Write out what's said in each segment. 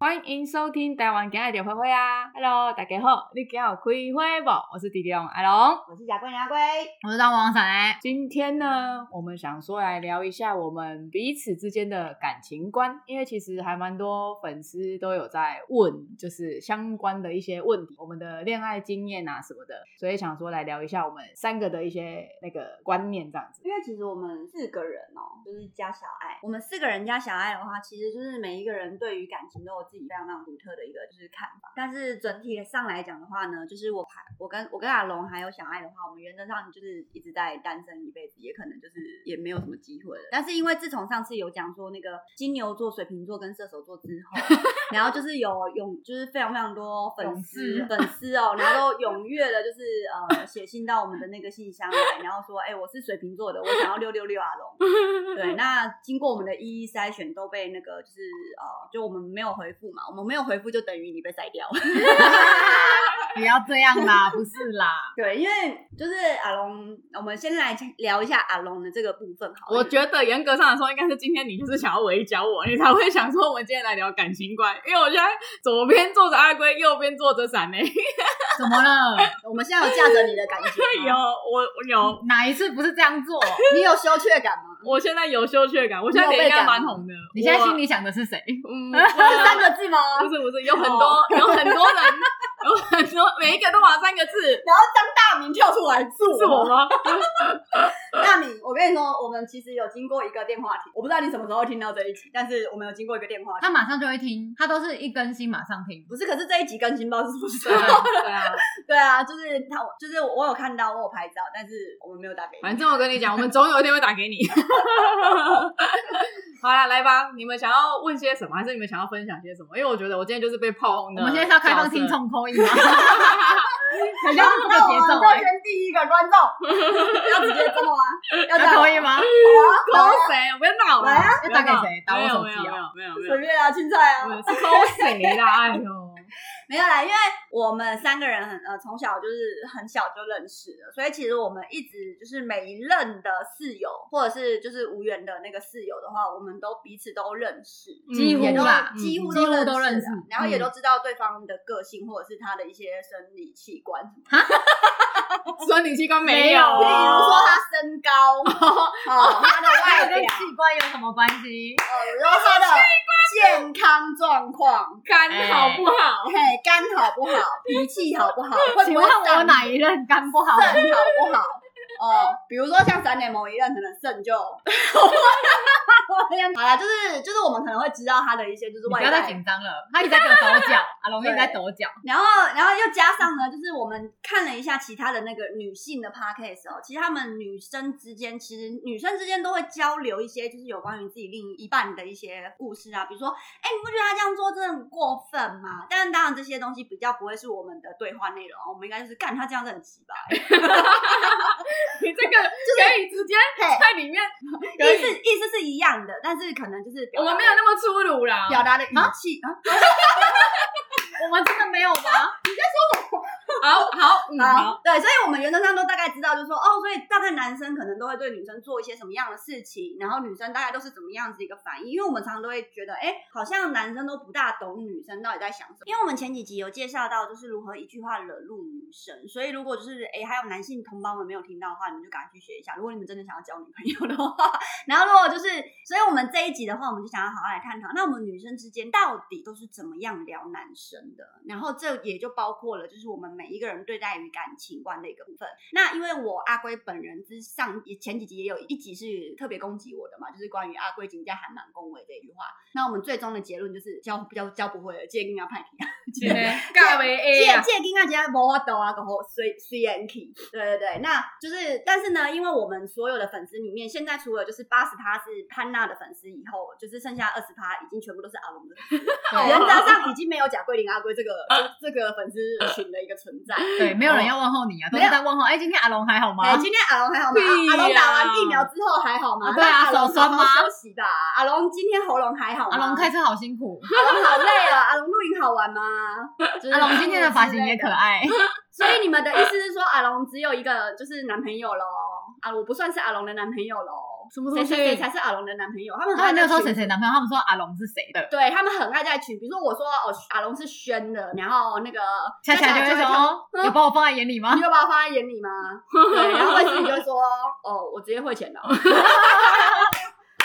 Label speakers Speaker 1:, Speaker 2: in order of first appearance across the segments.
Speaker 1: 欢迎收听台湾今日的灰灰啊！Hello，大家好，你今日有开会不？我是迪迪龙阿龙，
Speaker 2: 我是贾桂阿龟，
Speaker 3: 我是张王闪哎。
Speaker 1: 今天呢，我们想说来聊一下我们彼此之间的感情观，因为其实还蛮多粉丝都有在问，就是相关的一些问题，我们的恋爱经验啊什么的，所以想说来聊一下我们三个的一些那个观念这样子。
Speaker 2: 因为其实我们四个人哦，就是加小爱，我们四个人加小爱的话，其实就是每一个人对于感情都有自己非常非常独特的一个就是看法。但是整体上来讲的话呢，就是我还我跟我跟阿龙还有小爱的话，我们原则上就是一直在单身一辈子，也可能就是也没有什么机会了。但是因为自从上次有讲说那个金牛座、水瓶座跟射手座之后，然后就是有涌，就是非常非常多粉丝
Speaker 3: 勇士
Speaker 2: 粉丝哦，然后都踊跃的，就是呃写信到我们的那个信箱来，然后说，哎、我是水瓶座的，我想要六六六阿龙。对，那经过我们的一一筛选，都被那个就是呃，就我们没有回复嘛，我们没有回复就等于你被筛掉。
Speaker 3: 不要这样啦，不是啦。
Speaker 2: 对，因为就是阿龙，我们先来聊一下阿龙的这个部分好了。
Speaker 1: 我觉得严格上来说，应该是今天你就是想要围剿我，你才会想说我们今天来聊感情观，因为我现在左边坐着阿龟，右边坐着闪呢、
Speaker 3: 怎么了？
Speaker 2: 我们现在有架着你的感觉
Speaker 1: 有
Speaker 3: 啊
Speaker 2: 吗，
Speaker 1: 我我有，
Speaker 3: 哪一次不是这样 做？
Speaker 2: 你有羞怯感 吗？
Speaker 1: 我现在有羞怯感，我现在脸应该蛮红的。
Speaker 3: 你现在
Speaker 1: 我
Speaker 3: 心里想的是谁？
Speaker 1: 嗯，
Speaker 2: 是三个字吗？
Speaker 1: 不是不是，有很
Speaker 3: 哦
Speaker 1: 多有很多人，有很多每一个都玩三个字，
Speaker 2: 大明跳出来，是
Speaker 1: 是我吗？
Speaker 2: 大米，我跟你说，我们其实有经过一个电话亭，我不知道你什么时候听到这一集，但是我们有经过一个电话亭。
Speaker 3: 他马上就会听，他都是一更新马上听。
Speaker 2: 不是，可是这一集更新不知道是什么时
Speaker 1: 对
Speaker 2: 候。
Speaker 1: 啊对啊，
Speaker 2: 对啊，就是他，就是我有看到，我有拍照，但是我们没有打给你。
Speaker 1: 反正我跟你讲，我们总有一天会打给你。 好啦，来吧，你们想要问些什么，还是你们想要分享些什么？因为我觉得我今天就是被炮轰的。
Speaker 3: 我们现在是要开放听，众扣一吗？啊 很像是这
Speaker 2: 那
Speaker 3: 个
Speaker 2: 我
Speaker 3: 节
Speaker 2: 们
Speaker 3: 奏
Speaker 2: 这
Speaker 1: 欸
Speaker 3: 哎、
Speaker 2: 边第一个观众 要直接这么啊？ 要这
Speaker 3: 要
Speaker 2: 样
Speaker 3: 扣一吗？
Speaker 1: 抠谁？不要闹了，
Speaker 2: 来啊
Speaker 1: 不
Speaker 3: 欸要打给
Speaker 1: 闹
Speaker 3: 谁打我
Speaker 1: 没有
Speaker 3: 手
Speaker 1: 没
Speaker 3: 机
Speaker 1: 有没有
Speaker 3: 啊
Speaker 1: 没有没有
Speaker 2: 随，便啊，青菜啊
Speaker 1: 没，有是抠谁啦？哎 呦！
Speaker 2: 没有啦，因为我们三个人很呃从小就是很小就认识了，所以其实我们一直就是每一任的室友或者是就是无缘的那个室友的话，我们都彼此都认识，
Speaker 3: 嗯几乎
Speaker 2: 也都
Speaker 3: 啦
Speaker 2: 几乎
Speaker 3: 几乎
Speaker 2: 都
Speaker 3: 都
Speaker 2: 认
Speaker 3: 认
Speaker 2: 识
Speaker 3: 识嗯
Speaker 2: 啊，然后也都知道对方的个性或者是他的一些生理器官什么的，
Speaker 1: 生理器官
Speaker 3: 没
Speaker 1: 没
Speaker 3: 有啊
Speaker 1: 有，
Speaker 2: 比如说他身 高，哦，他的外
Speaker 3: 还有哎跟
Speaker 2: 表，
Speaker 3: 器官有什么关系？
Speaker 2: 哦，然后他的健康状况，
Speaker 3: 哎
Speaker 1: 肝好不好？
Speaker 2: 嘿，肝好不好，脾气好不好，会
Speaker 3: 请
Speaker 2: 不
Speaker 3: 问
Speaker 2: 会
Speaker 3: 我
Speaker 2: 上
Speaker 3: 哪一任肝不好？
Speaker 2: 肾好不好？哦，比如说像三点某一任，可能肾 就，好啦，就是就是我们可能会知道他的一些就是
Speaker 3: 你不
Speaker 2: 外
Speaker 3: 要再
Speaker 2: 在，
Speaker 3: 紧张了，他一直在给我抖脚，阿龙一直在抖脚。
Speaker 2: 然后然后又加上呢，就是我们看了一下其他的那个女性的 podcast 哦，其实她们女生之间，其实女生之间都会交流一些就是有关于自己另一半的一些故事啊，比如说，哎，你不觉得他这样做真的很过分吗？但是当然这些东西比较不会是我们的对话内容，我们应该就是干他这样子很奇葩，
Speaker 1: 你这个可以直接
Speaker 2: 嘿
Speaker 1: 在里面，可
Speaker 2: 意思
Speaker 1: 以，
Speaker 2: 意思是一样的，但是可能就是表
Speaker 1: 我
Speaker 2: 达
Speaker 1: 们没有那么粗鲁啦。
Speaker 2: 表达的语气啊，
Speaker 3: 我们真的没有吗？
Speaker 1: 好好嗯好，
Speaker 2: 啊对，所以我们原则上都大概知道，就是说哦，所以大概男生可能都会对女生做一些什么样的事情，然后女生大概都是怎么样子一个反应，因为我们常常都会觉得，哎，好像男生都不大懂女生到底在想什么，因为我们前几集有介绍到，就是如何一句话惹怒女生，所以如果就是哎，还有男性同胞们没有听到的话，你们就赶快去学一下，如果你们真的想要交女朋友的话，然后如果就是，所以我们这一集的话，我们就想要好好来探讨，那我们女生之间到底都是怎么样聊男生的？然后这也就包括了，就是我们每一个人对待于感情观的一个部分。那因为我阿龟本人之上也前几集也有一集是特别攻击我的嘛，就是关于阿龟金家韩满恭维这一句话。那我们最终的结论就是教教教不会了，借跟啊派皮啊，
Speaker 1: 今天尬为 A
Speaker 2: 借
Speaker 1: 啊，
Speaker 2: 借跟啊家无法度啊，然后随随缘去。对对对，那就是，但是呢，因为我们所有的粉丝里面，现在除了就是八十趴是潘娜的粉丝以后，就是剩下二十趴已经全部都是阿龙的粉丝，
Speaker 1: 哦
Speaker 2: 原则上已经没有贾桂林阿龟这个、
Speaker 3: 哦
Speaker 2: 这这个粉丝群的一个存 在。
Speaker 3: 对，没有人要问候你啊，都
Speaker 2: 没有
Speaker 3: 是在问候。哎，今天阿龙还好吗
Speaker 2: 哎、？今天阿龙还好吗？
Speaker 1: 屁呀
Speaker 2: 阿阿龙打完疫苗之后还好吗？
Speaker 3: 啊对啊
Speaker 2: 那阿龙
Speaker 3: 手酸吗
Speaker 2: 好好休息吧。阿龙今天喉咙还好吗？
Speaker 3: 阿龙开车好辛苦，
Speaker 2: 阿龙好累啊。阿龙露营好玩 吗？就是
Speaker 3: 阿龙今天的发型也
Speaker 2: 之类
Speaker 3: 可爱。
Speaker 2: 所以你们的意思是说，阿龙只有一个就是男朋友喽？啊，我不算是阿龙的男朋友喽，
Speaker 1: 什么
Speaker 2: 谁
Speaker 1: 东西
Speaker 2: 谁谁才是阿龙的男朋友？他们
Speaker 3: 他们
Speaker 2: 很
Speaker 3: 没
Speaker 2: 爱
Speaker 3: 有
Speaker 2: 在
Speaker 3: 说
Speaker 2: 群
Speaker 3: 谁谁男朋友，他们说阿龙是谁的，
Speaker 2: 对他们很爱在群，比如说我说哦阿龙是轩的，然后那个
Speaker 3: 恰恰就
Speaker 2: 就
Speaker 3: 会
Speaker 2: 说
Speaker 3: 说有把我放在眼里吗
Speaker 2: 你？有把我放在 眼里吗？对，然后慧心就说哦我直接汇钱了。哦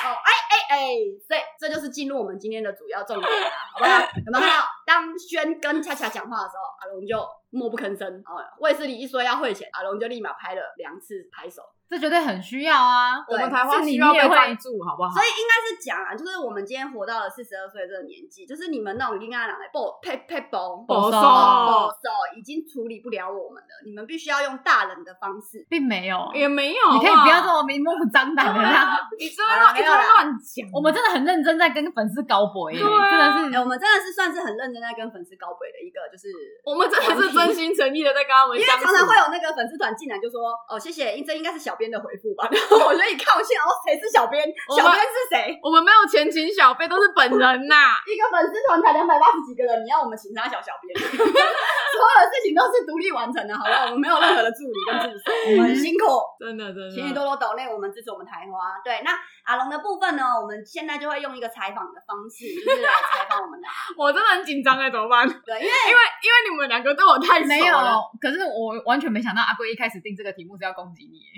Speaker 2: 哎哎哎，对，这就是进入我们今天的主要重点了，好不好？有没有看到？当轩跟恰恰讲话的时候，阿龙就默不吭声。哦，卫斯理一说要汇钱，阿龙就立马拍了两次拍手。
Speaker 3: 这绝对很需要啊！
Speaker 1: 我们
Speaker 2: 对
Speaker 1: 台湾
Speaker 3: 是你
Speaker 1: 需要
Speaker 3: 也
Speaker 1: 被
Speaker 3: 会
Speaker 1: 赞助，好不好
Speaker 2: 所？以应该是讲啊，就是我们今天活到了四十二岁这个年纪，就是你们那种应该拿来爆配配爆
Speaker 1: 保
Speaker 3: 守
Speaker 2: 保
Speaker 1: 守
Speaker 2: 守已经处理不了我们了，你们必须要用大人的方式。
Speaker 3: 并没有，
Speaker 1: 也没有，
Speaker 3: 你可以
Speaker 1: 好好啊
Speaker 3: 不要这么明目张胆的啦。
Speaker 1: 你这会乱，
Speaker 2: 没
Speaker 1: 一直
Speaker 2: 有
Speaker 1: 会
Speaker 2: 啦
Speaker 1: 乱讲。
Speaker 3: 我们真的很认真在跟粉丝搞博耶，
Speaker 1: 对啊
Speaker 2: 哎、
Speaker 3: 真的是
Speaker 2: 我们真的是算是很认真在跟粉丝搞鬼的一个，就是
Speaker 1: 我们真的是真心诚意的在跟他们
Speaker 2: 因为
Speaker 1: 相
Speaker 2: 常
Speaker 1: 处，
Speaker 2: 常会有那个粉丝团进来就说：“哦，谢谢，这应该是小编的回复吧？”然 后我就一看，我心想：“哦，谁是小编？
Speaker 1: 我
Speaker 2: 小
Speaker 1: 们
Speaker 2: 编是谁？
Speaker 1: 我们没有前情小辈，都是本人呐、
Speaker 2: 一个粉丝团才两百八十几个人，你要我们请他小小编？ 所有的事情都是独立完成的，好不好？我们没有任何的助理跟助手，我们很辛苦。”
Speaker 1: 真的真的。
Speaker 2: 请你多多抖内，我们支持我们台花。对，那阿龙的部分呢，我们现在就会用一个采访的方式，就是来采访我们的。
Speaker 1: 我真的很紧张哎，怎么办？因
Speaker 2: 对，因为
Speaker 1: 为因为你们两个对我太熟了，
Speaker 3: 没有。可是我完全没想到阿贵一开始定这个题目是要攻击你耶，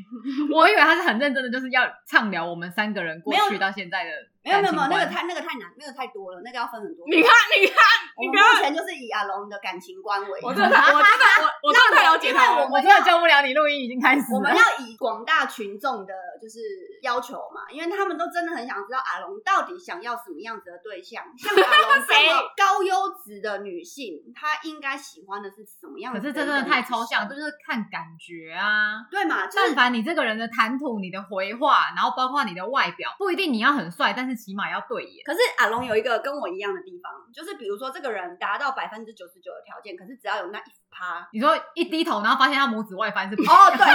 Speaker 3: 我以为他是很认真的，就是要畅聊我们三个人过
Speaker 2: 没
Speaker 3: 去
Speaker 2: 有
Speaker 3: 到现在的
Speaker 2: 没有没有没有，那
Speaker 3: 感情观
Speaker 2: 个太那个太难，那个太多了，那个要分很多。
Speaker 1: 你看，你看，
Speaker 2: 我
Speaker 1: 你
Speaker 2: 们
Speaker 1: 不要
Speaker 2: 目前就是以阿龙的感情观为主，
Speaker 1: 我真的太，我真的，我我真的太了解他
Speaker 2: 那
Speaker 1: 了
Speaker 2: 我。
Speaker 3: 我
Speaker 2: 们
Speaker 3: 真的救不了你，录音已经开始
Speaker 2: 我们
Speaker 3: 了。
Speaker 2: 要以广大群众的就是要求嘛，因为他们都真的很想知道阿龙到底想要什么样子的对象。像阿 龙这
Speaker 1: 谁
Speaker 2: 么高优质的女性，她应该喜欢的是什么样
Speaker 3: 可
Speaker 2: 子
Speaker 3: 是
Speaker 2: 的？
Speaker 3: 这真的太抽象，这。就是看感觉啊。
Speaker 2: 对嘛，就是
Speaker 3: 但凡你这个人的谈吐、你的回话，然后包括你的外表，不一定你要很帅，但是起码要对眼。
Speaker 2: 可是阿龙有一个跟我一样的地方，就是比如说这个人达到百分之九十九的条件，可是只要有那一趴，
Speaker 3: 你说一低头，然后发现他拇指外翻是不行
Speaker 2: 哦对，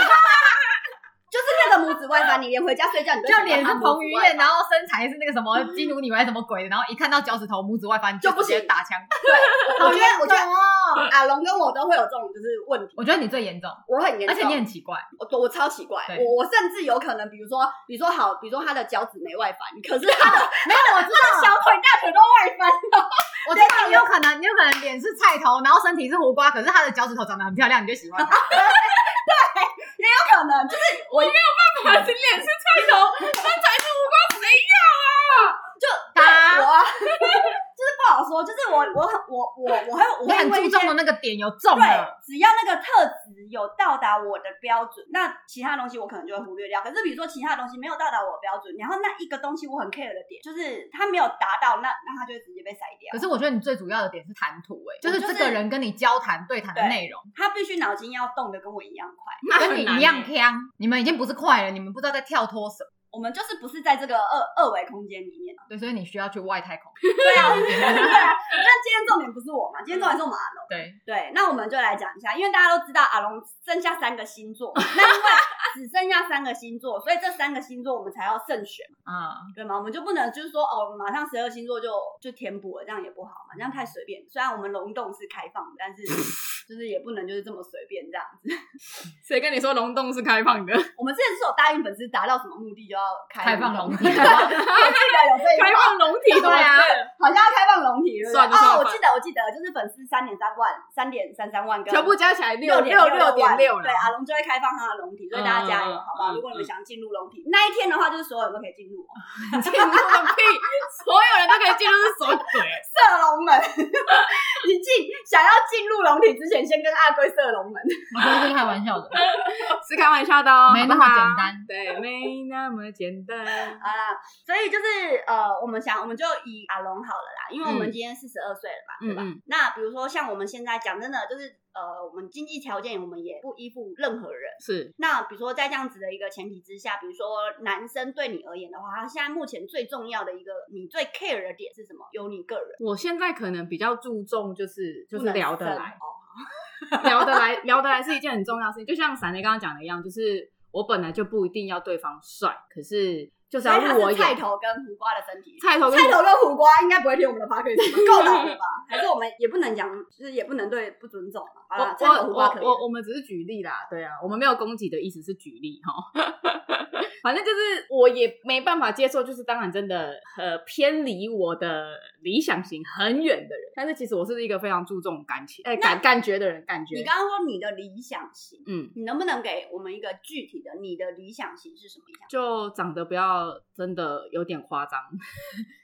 Speaker 2: 就是那个拇指外翻，你连回家睡觉你都
Speaker 3: 就脸是彭于晏，然
Speaker 2: 后
Speaker 3: 后身材是那个什么金奴女还是什么鬼的，然后一看到脚趾头、拇指外翻
Speaker 2: 就
Speaker 3: 不
Speaker 2: 不
Speaker 3: 行
Speaker 2: 行
Speaker 3: 打枪。
Speaker 2: 我觉得我觉得
Speaker 3: 哦，
Speaker 2: 阿龙跟我都会有这种就是问题，
Speaker 3: 我觉得你最严重，
Speaker 2: 我很严
Speaker 3: 而
Speaker 2: 重，
Speaker 3: 且你很奇怪，
Speaker 2: 我我超奇怪，
Speaker 3: 对
Speaker 2: 我我甚至有可能，比如说，比如说好，比如说他的脚趾没外翻，可是他的
Speaker 3: 没有，我知
Speaker 2: 小
Speaker 3: 道，
Speaker 2: 腿、大腿都外翻了。
Speaker 3: 我知道，你有可能，你有可能脸是菜头，然后身体是胡瓜，可是他的脚趾头长得很漂亮，你就喜欢他。
Speaker 2: 有可能就是我嗯
Speaker 1: 我的脸是菜头，身材是无关谁要啊？
Speaker 2: 就
Speaker 3: 他
Speaker 2: 对我啊 就是不好说，就是我我很我我我会我
Speaker 3: 你
Speaker 2: 会
Speaker 3: 很
Speaker 2: 因为
Speaker 3: 注
Speaker 2: 一些
Speaker 3: 重的那个点有中了，
Speaker 2: 对，只要那个特质有到达我的标准，那其他东西我可能就会忽略掉。可是比如说其他东西没有到达我的标准，然后那一个东西我很 care 的点，就是他没有达到，那那他就会直接被筛掉
Speaker 3: 可。是我觉得你最主要的点是谈吐，哎，就是
Speaker 2: 就是
Speaker 3: 这个人跟你交谈对谈的内容
Speaker 2: 他必须脑筋要动的跟我一样快。
Speaker 1: 那
Speaker 3: 跟你
Speaker 1: 很难
Speaker 3: 一
Speaker 1: 欸
Speaker 3: 样腔，你们已经不是快了，你们不知道在跳脱什么，
Speaker 2: 我们就是不是在这个二二维空间里 面。
Speaker 3: 对，所以你需要去外太空。
Speaker 2: 对啊，对啊。但今天重点不是我嘛，今天重点是我
Speaker 3: 嗯
Speaker 2: 们阿龙。
Speaker 3: 对，
Speaker 2: 对，那我们就来讲一下，因为大家都知道阿龙剩下三个星座，那因为只剩下三个星座，所以这三个星座我们才要慎选。
Speaker 3: 嗯，
Speaker 2: 对吗？我们就不能就是说哦，马上十二星座就就填补了，这样也不好嘛，这样太随便。虽然我们龙洞是开放的，但是 就是也不能就是这么随便这样子。
Speaker 1: 谁跟你说龙洞是开放的？
Speaker 2: 我们之前是有答应粉丝达到什么目的就要开
Speaker 3: 开放
Speaker 2: 龙
Speaker 3: 龙
Speaker 2: 洞，
Speaker 3: 体，
Speaker 2: 我记得有这一
Speaker 1: 开
Speaker 2: 段，
Speaker 1: 放龙体
Speaker 3: 对啊
Speaker 2: 好像要开放龙体，对不对？
Speaker 1: 算了算了
Speaker 2: 哦，我记得我记得，就是粉丝三点三万，三点三三万跟
Speaker 1: 全部加起来六
Speaker 2: 点
Speaker 1: 六
Speaker 2: 六
Speaker 1: 点六了
Speaker 2: 对，。阿龙就会开放他的龙体，所以大家加油，
Speaker 1: 嗯
Speaker 2: 好不好？
Speaker 1: 嗯
Speaker 2: 如果你们想进入龙体，那一天的话，就是所有人都可以进入哦，
Speaker 1: 进入个 屁！所有人都可以进入是什么鬼？
Speaker 2: 射龙门。 你进想要进入龙体之前，先跟阿龟射龙门。
Speaker 3: 我觉得是开玩笑的。
Speaker 1: 是开玩笑的哦，
Speaker 3: 没那么
Speaker 1: 好不好
Speaker 3: 简单。
Speaker 1: 对，没那么简单。
Speaker 2: 好啦，所以就是呃，我们想，我们就以阿龙好了啦，因为我们今天四十二岁了嘛，
Speaker 1: 嗯
Speaker 2: 对吧？
Speaker 1: 嗯
Speaker 2: 那比如说像我们现在讲真的，就是呃，我们经济条件我们也不依附任何人。
Speaker 1: 是
Speaker 2: 那比如说在这样子的一个前提之下，比如说男生对你而言的话，他现在目前最重要的一个你最 care 的点是什么？由你个人
Speaker 1: 我现在可能比较注重就是就
Speaker 2: 不
Speaker 1: 是
Speaker 2: 能
Speaker 1: 聊得
Speaker 2: 分
Speaker 1: 来，
Speaker 2: 哦，
Speaker 1: 聊得来，聊得来是一件很重要的事情。就像闪雷刚刚讲的一样，就是我本来就不一定要对方帅，可是就是
Speaker 2: 所
Speaker 1: 要
Speaker 2: 以它
Speaker 1: 入我
Speaker 2: 是
Speaker 1: 眼。
Speaker 2: 菜头跟苦瓜的身体。
Speaker 1: 菜头跟
Speaker 2: 菜头跟苦瓜应该不会听我们的 p o d c a s 够老了吧？还是我们也不能讲，就是也不能对不尊重嘛。好
Speaker 1: 我
Speaker 2: 啦，啊菜头
Speaker 1: 我
Speaker 2: 苦瓜可
Speaker 1: 我
Speaker 2: 以。
Speaker 1: 我我们只是举例啦，对啊，我们没有攻击的意思是举例哈。 反正就是我也没办法接受，就是当然真的呃偏离我的理想型很远的人，但是其实我是一个非常注重感情哎、感感觉的人，感觉
Speaker 2: 你刚刚说你的理想型，
Speaker 1: 嗯，
Speaker 2: 你能不能给我们一个具体的你的理想型是什么样？
Speaker 1: 就长得不要真的有点夸张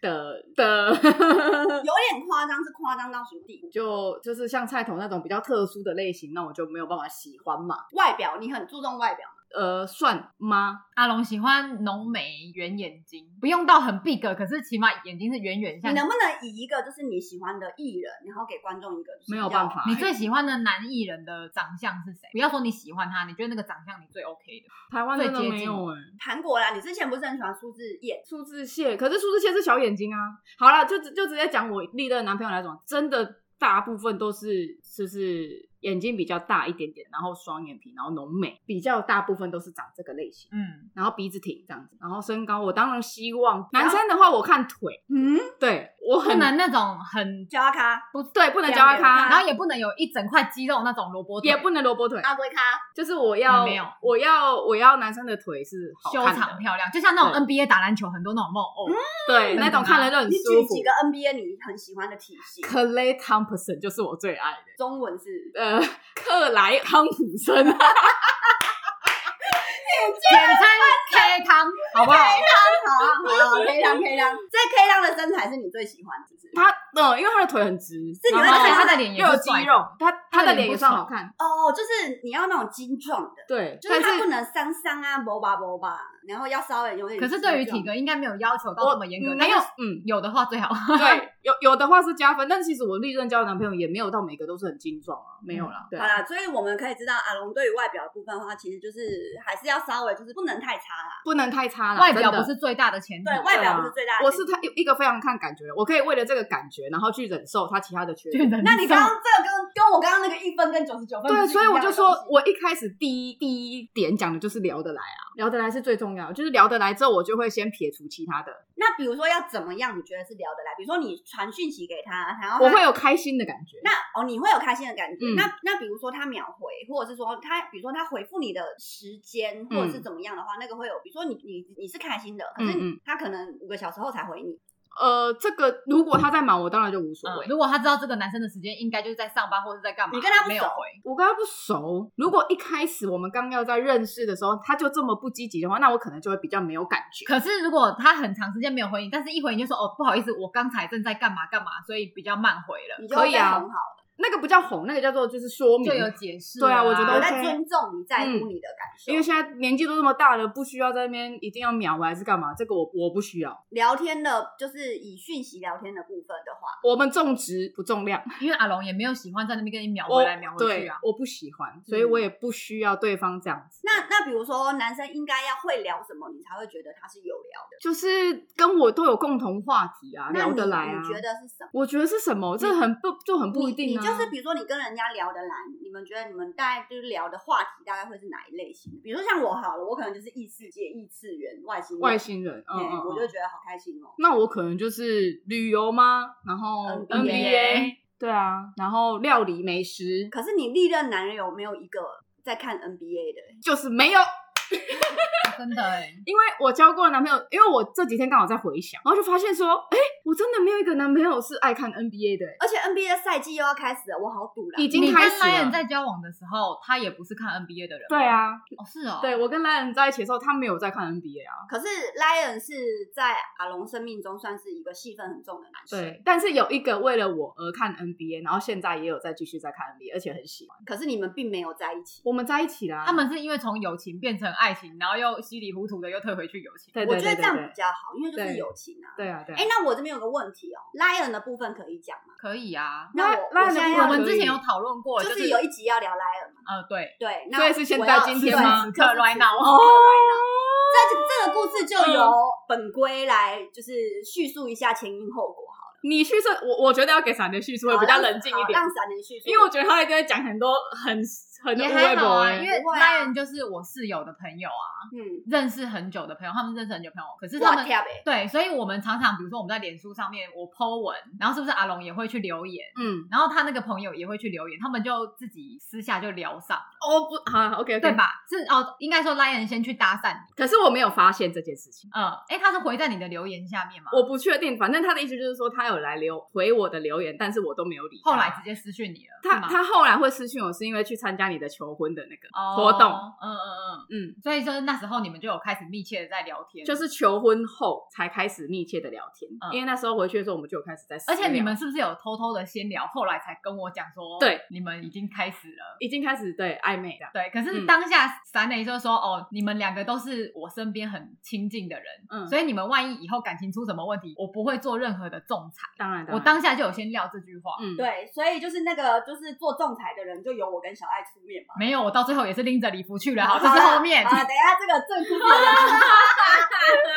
Speaker 1: 的的， 呃
Speaker 2: 有点夸张，是夸张到什么地步？
Speaker 1: 就就是像菜头那种比较特殊的类型，那我就没有办法喜欢嘛，
Speaker 2: 外表你很注重外表，
Speaker 1: 呃，算吗？
Speaker 3: 阿龙喜欢浓眉圆眼睛，不用到很 big，可是起码眼睛是圆圆
Speaker 2: 你
Speaker 3: 像。
Speaker 2: 能不能以一个就是你喜欢的艺人，然后给观众一个就是
Speaker 1: 没有
Speaker 2: 比较
Speaker 1: 办法
Speaker 3: 你最喜欢的男艺人的长相是谁？不要说你喜欢他，你觉得那个长相你最 OK 的。
Speaker 1: 台湾真的
Speaker 3: 最接
Speaker 1: 没
Speaker 3: 近
Speaker 1: 有哎、
Speaker 2: 韩国啦？你之前不是很喜欢苏志燮？
Speaker 1: 苏志燮，可是苏志燮是小眼睛啊。好了，就直就直接讲我历任男朋友来讲，真的大部分都是就是眼睛比较大一点点，然后双眼皮，然后浓眉，比较大部分都是长这个类型，
Speaker 3: 嗯，
Speaker 1: 然后鼻子挺这样子，然后身高我当然希望男生的话我看腿，
Speaker 2: 嗯，
Speaker 1: 对我
Speaker 3: 不
Speaker 1: 很
Speaker 3: 能那种很
Speaker 2: 小阿咖、
Speaker 1: 不对，不能交叉
Speaker 2: 两
Speaker 1: 咖，
Speaker 2: 边
Speaker 1: 然
Speaker 3: 然
Speaker 1: 后
Speaker 3: 后也不能有一整块肌肉那种萝卜腿，
Speaker 1: 也不能萝卜腿，
Speaker 2: 阿龟咖，
Speaker 1: 就是我要
Speaker 3: 嗯没有
Speaker 1: 我要我要男生的腿是好
Speaker 3: 修
Speaker 1: 看的
Speaker 3: 长，漂嗯亮，就像那
Speaker 1: 对嗯
Speaker 3: 种 NBA 打篮球很多那种梦哦偶，
Speaker 1: 对那种看了就很
Speaker 2: 你
Speaker 1: 舒
Speaker 2: 举
Speaker 1: 服
Speaker 2: 几。个 NBA 你很喜欢的体系，
Speaker 1: Clay Thompson 就是我最爱的。
Speaker 2: 中文是
Speaker 1: 呃，克莱康普森，啊
Speaker 3: 简称 K 汤，好不好？
Speaker 2: 好啊好啊，K 浪 K 浪，这 K 浪的身材是你最喜欢的，是不是？
Speaker 1: 他嗯，因为他的腿很直，
Speaker 2: 是你会
Speaker 1: 然后
Speaker 2: 看
Speaker 3: 他的脸也
Speaker 1: 又有
Speaker 3: 不
Speaker 1: 肌
Speaker 3: 帅
Speaker 1: 肉，他他
Speaker 3: 他
Speaker 1: 的
Speaker 3: 的
Speaker 1: 脸
Speaker 3: 脸
Speaker 1: 也
Speaker 3: 不
Speaker 1: 算
Speaker 3: 帅
Speaker 1: 好看，
Speaker 2: 哦，就是你要那种精壮的，
Speaker 1: 对，
Speaker 2: 就是
Speaker 1: 但
Speaker 2: 它不
Speaker 1: 是
Speaker 2: 能桑桑啊，波吧波吧，然后要稍微有点。
Speaker 3: 可是对于体，格应该没有要求到
Speaker 1: 我
Speaker 3: 这么严格，
Speaker 1: 嗯
Speaker 3: 但
Speaker 1: 没
Speaker 3: 是
Speaker 1: 有，嗯，
Speaker 3: 有的话最好。
Speaker 1: 对，有有的话是加分，但其实我历任交的男朋友也没有到每个都是很精壮啊，没有
Speaker 3: 嗯
Speaker 1: 啦，对
Speaker 2: 好啦，所以我们可以知道阿龙对于外表的部分的话，其实就是还是要稍微就是不能太差啦。
Speaker 1: 不能太差了，
Speaker 3: 外表
Speaker 1: 真的
Speaker 3: 不。是最大的前提，
Speaker 2: 对外表不是最大
Speaker 1: 嗯啊
Speaker 2: 的，
Speaker 1: 我是他。一个非常看感觉的，我可以为了这个感觉，然后去忍受他其他的缺
Speaker 3: 就
Speaker 1: 点。
Speaker 3: 人
Speaker 2: 那你刚
Speaker 3: 上
Speaker 2: 刚这个跟跟我刚刚那个一分跟九十九分，
Speaker 1: 对，所以我就说，我一开始第一第一点讲的就是聊得来啊，聊得来是最重要的，就是聊得来之后，我就会先撇除其他的，
Speaker 2: 那比如说要怎么样，你觉得是聊得来？比如说你传讯息给他，然后他
Speaker 1: 我会有开心的感觉。
Speaker 2: 那哦，你会有开心的感觉。
Speaker 1: 嗯
Speaker 2: 那那比如说他秒回，或者是说他，比如说他回复你的时间，或者是怎么样的话，那个会有，比如说你你你是开心的，可
Speaker 1: 嗯
Speaker 2: 是
Speaker 1: 嗯嗯
Speaker 2: 他可能五个小时后才回你。
Speaker 1: 呃，这个如果他在忙，我当然就无所
Speaker 3: 嗯
Speaker 1: 谓。
Speaker 3: 如果他知道这个男生的时间，应该就是在上班或是在干嘛，
Speaker 2: 你跟他不熟
Speaker 3: 没有回，
Speaker 1: 我跟他不熟，如果一开始我们刚要在认识的时候，他就这么不积极的话，那我可能就会比较没有感觉。
Speaker 3: 可是如果他很长时间没有回你，但是一回你就说哦不好意思，我刚才正在干嘛干嘛，所以比较慢回了，
Speaker 2: 你就
Speaker 1: 可
Speaker 2: 会
Speaker 1: 以
Speaker 2: 被
Speaker 1: 啊
Speaker 2: 哄好了，
Speaker 1: 那个不叫哄，那个叫做就是说明
Speaker 3: 就。有解释。
Speaker 1: 对啊我觉得
Speaker 2: 我
Speaker 1: OK 嗯
Speaker 2: 在尊重你在乎你的感受。
Speaker 1: 因为现在年纪都这么大了，不需要在那边一定要秒回啊还是干嘛？这个我我不需要。
Speaker 2: 聊天的，就是以讯息聊天的部分的话，
Speaker 1: 我们重质不重量，
Speaker 3: 因为阿龙也没有喜欢在那边跟你秒
Speaker 1: 我
Speaker 3: 回来秒回去啊。
Speaker 1: 对我不喜欢，所以
Speaker 2: 嗯
Speaker 1: 我也不需要对方这样子。
Speaker 2: 那那比如说男生应该要会聊什么，你才会觉得他是有聊的，
Speaker 1: 就是跟我都有共同话题啊，
Speaker 2: 那
Speaker 1: 聊
Speaker 2: 你
Speaker 1: 得来啊。
Speaker 2: 你觉得是什么？
Speaker 1: 我觉得是什么？这很不就很不一定啊。
Speaker 2: 你你就是比如说你跟人家聊得来，你们觉得你们大概就是聊的话题大概会是哪一类型的？比如说像我好了，我可能就是异世界、异次元、外星人
Speaker 1: 外，星人，嗯
Speaker 2: 哎
Speaker 1: 嗯，
Speaker 2: 我
Speaker 1: 嗯
Speaker 2: 就觉得好开心哦。
Speaker 1: 那我可能就是旅游吗？然后
Speaker 2: NBA
Speaker 1: 对啊，然后料理美食，
Speaker 2: 可是你历任男人有没有一个在看 NBA 的？
Speaker 1: 就是没有，
Speaker 3: 真的哎、
Speaker 1: 因为我交过的男朋友，因为我这几天刚好在回想，然后就发现说，哎，我真的没有一个男朋友是爱看 NBA 的，诶
Speaker 2: 而且 NBA 的赛季又要开始了，我好堵啦
Speaker 1: 已！经
Speaker 3: 你
Speaker 1: 开
Speaker 3: 跟
Speaker 1: 始
Speaker 3: 男人
Speaker 1: 了。
Speaker 3: 在交往的时候，他也不是看 NBA 的人，
Speaker 1: 对，啊，
Speaker 3: 哦是哦，
Speaker 1: 对我跟莱恩在一起的时候，他没有在看 NBA 啊。
Speaker 2: 哦可是 Lion 是在阿龙生命中算是一个戏份很重的男生，
Speaker 1: 对，但是有一个为了我而看 NBA，然后现在也有在继续在看 NBA，而且很喜欢。
Speaker 2: 可是你们并没有在一起。
Speaker 1: 我们在一起啦，
Speaker 3: 他们是因为从友情变成爱情，然后又稀里糊涂的又退回去友情。
Speaker 1: 对
Speaker 2: 我
Speaker 1: 对
Speaker 2: 觉
Speaker 1: 对
Speaker 2: 得这样
Speaker 1: 对
Speaker 2: 比较好，因为就是
Speaker 1: 对
Speaker 2: 友情啊。
Speaker 1: 对啊对啊
Speaker 2: 哎，。那我这边有个问题哦，Lion 的部分可以讲吗？
Speaker 3: 可以啊。
Speaker 2: 那
Speaker 1: 那
Speaker 2: 我
Speaker 1: 那
Speaker 2: 我现在
Speaker 1: 你
Speaker 2: 要
Speaker 3: 我们之前有讨论过，
Speaker 2: 就是是有一集要聊 Lion 嘛，
Speaker 3: 呃，对，
Speaker 2: 对，那
Speaker 1: 所以是现
Speaker 2: 我
Speaker 1: 在
Speaker 2: 要
Speaker 1: 今
Speaker 2: 是
Speaker 1: 天
Speaker 2: 对
Speaker 1: 吗
Speaker 2: 此
Speaker 3: 此刻
Speaker 2: 此
Speaker 3: right now
Speaker 2: 此刻
Speaker 1: 嗯
Speaker 2: right now 这这个故事就由本归来就是叙述一下前因后果好了。
Speaker 1: 你叙述，我我觉得要给闪电叙述会比较冷静一点
Speaker 2: 好，让闪灵叙述，
Speaker 1: 因为我觉得他一定会讲很多很很
Speaker 3: 也
Speaker 1: 多
Speaker 3: 还
Speaker 1: 微
Speaker 3: 好
Speaker 1: 博
Speaker 3: 啊，
Speaker 1: 欸
Speaker 3: 因为
Speaker 2: 不会啊
Speaker 3: Lion 就是我室友的朋友啊，
Speaker 2: 嗯，
Speaker 3: 认识很久的朋友，他们认识很久的朋友，可是他
Speaker 2: 哇
Speaker 3: 们
Speaker 2: 跳呗，
Speaker 3: 对，所以我们常常比如说我们在脸书上面我 Po 文，然后是不是阿龙也会去留言，
Speaker 1: 嗯，
Speaker 3: 然后他那个朋友也会去留言，他们就自己私下就聊上，
Speaker 1: 哦不，好，OK，
Speaker 3: 对？吧？是哦，应该说 Lion 先去搭讪你，
Speaker 1: 可是我没有发现这件事情，
Speaker 3: 嗯，哎，他是回在你的留言下面吗？
Speaker 1: 我不确定，反正他的意思就是说他有来留回我的留言，但是我都没有理他。
Speaker 3: 后来直接私讯你了，
Speaker 1: 他
Speaker 3: 是吗
Speaker 1: 他后来会私讯我，是因为去参加你的求婚的那个
Speaker 3: 哦
Speaker 1: 活动，
Speaker 3: 嗯嗯嗯，
Speaker 1: 嗯，
Speaker 3: 所以就是那时候你们就有开始密切的在聊天，
Speaker 1: 就是求婚后才开始密切的聊天，
Speaker 3: 嗯
Speaker 1: 因为那时候回去的时候我们就有开始在私
Speaker 3: 而
Speaker 1: 聊，
Speaker 3: 且你们是不是有偷偷的先聊，后来才跟我讲说，
Speaker 1: 对，
Speaker 3: 你们已经开始了。
Speaker 1: 已经开始对暧昧了，
Speaker 3: 对，可是
Speaker 1: 嗯
Speaker 3: 当下闪磊就说：“哦，你们两个都是我身边很亲近的人，
Speaker 1: 嗯
Speaker 3: 所以你们万一以后感情出什么问题，我不会做任何的仲裁。
Speaker 1: 当然，”
Speaker 3: 我
Speaker 1: 然
Speaker 3: 当下就有先撂这句话，
Speaker 1: 啊嗯
Speaker 2: 对，所以就是那个就是做仲裁的人，就由我跟小爱出面嘛。
Speaker 3: 没有，我到最后也是拎着礼服去了。
Speaker 2: 好
Speaker 3: 好，这是后面。
Speaker 2: 啊，等一下这个正故事，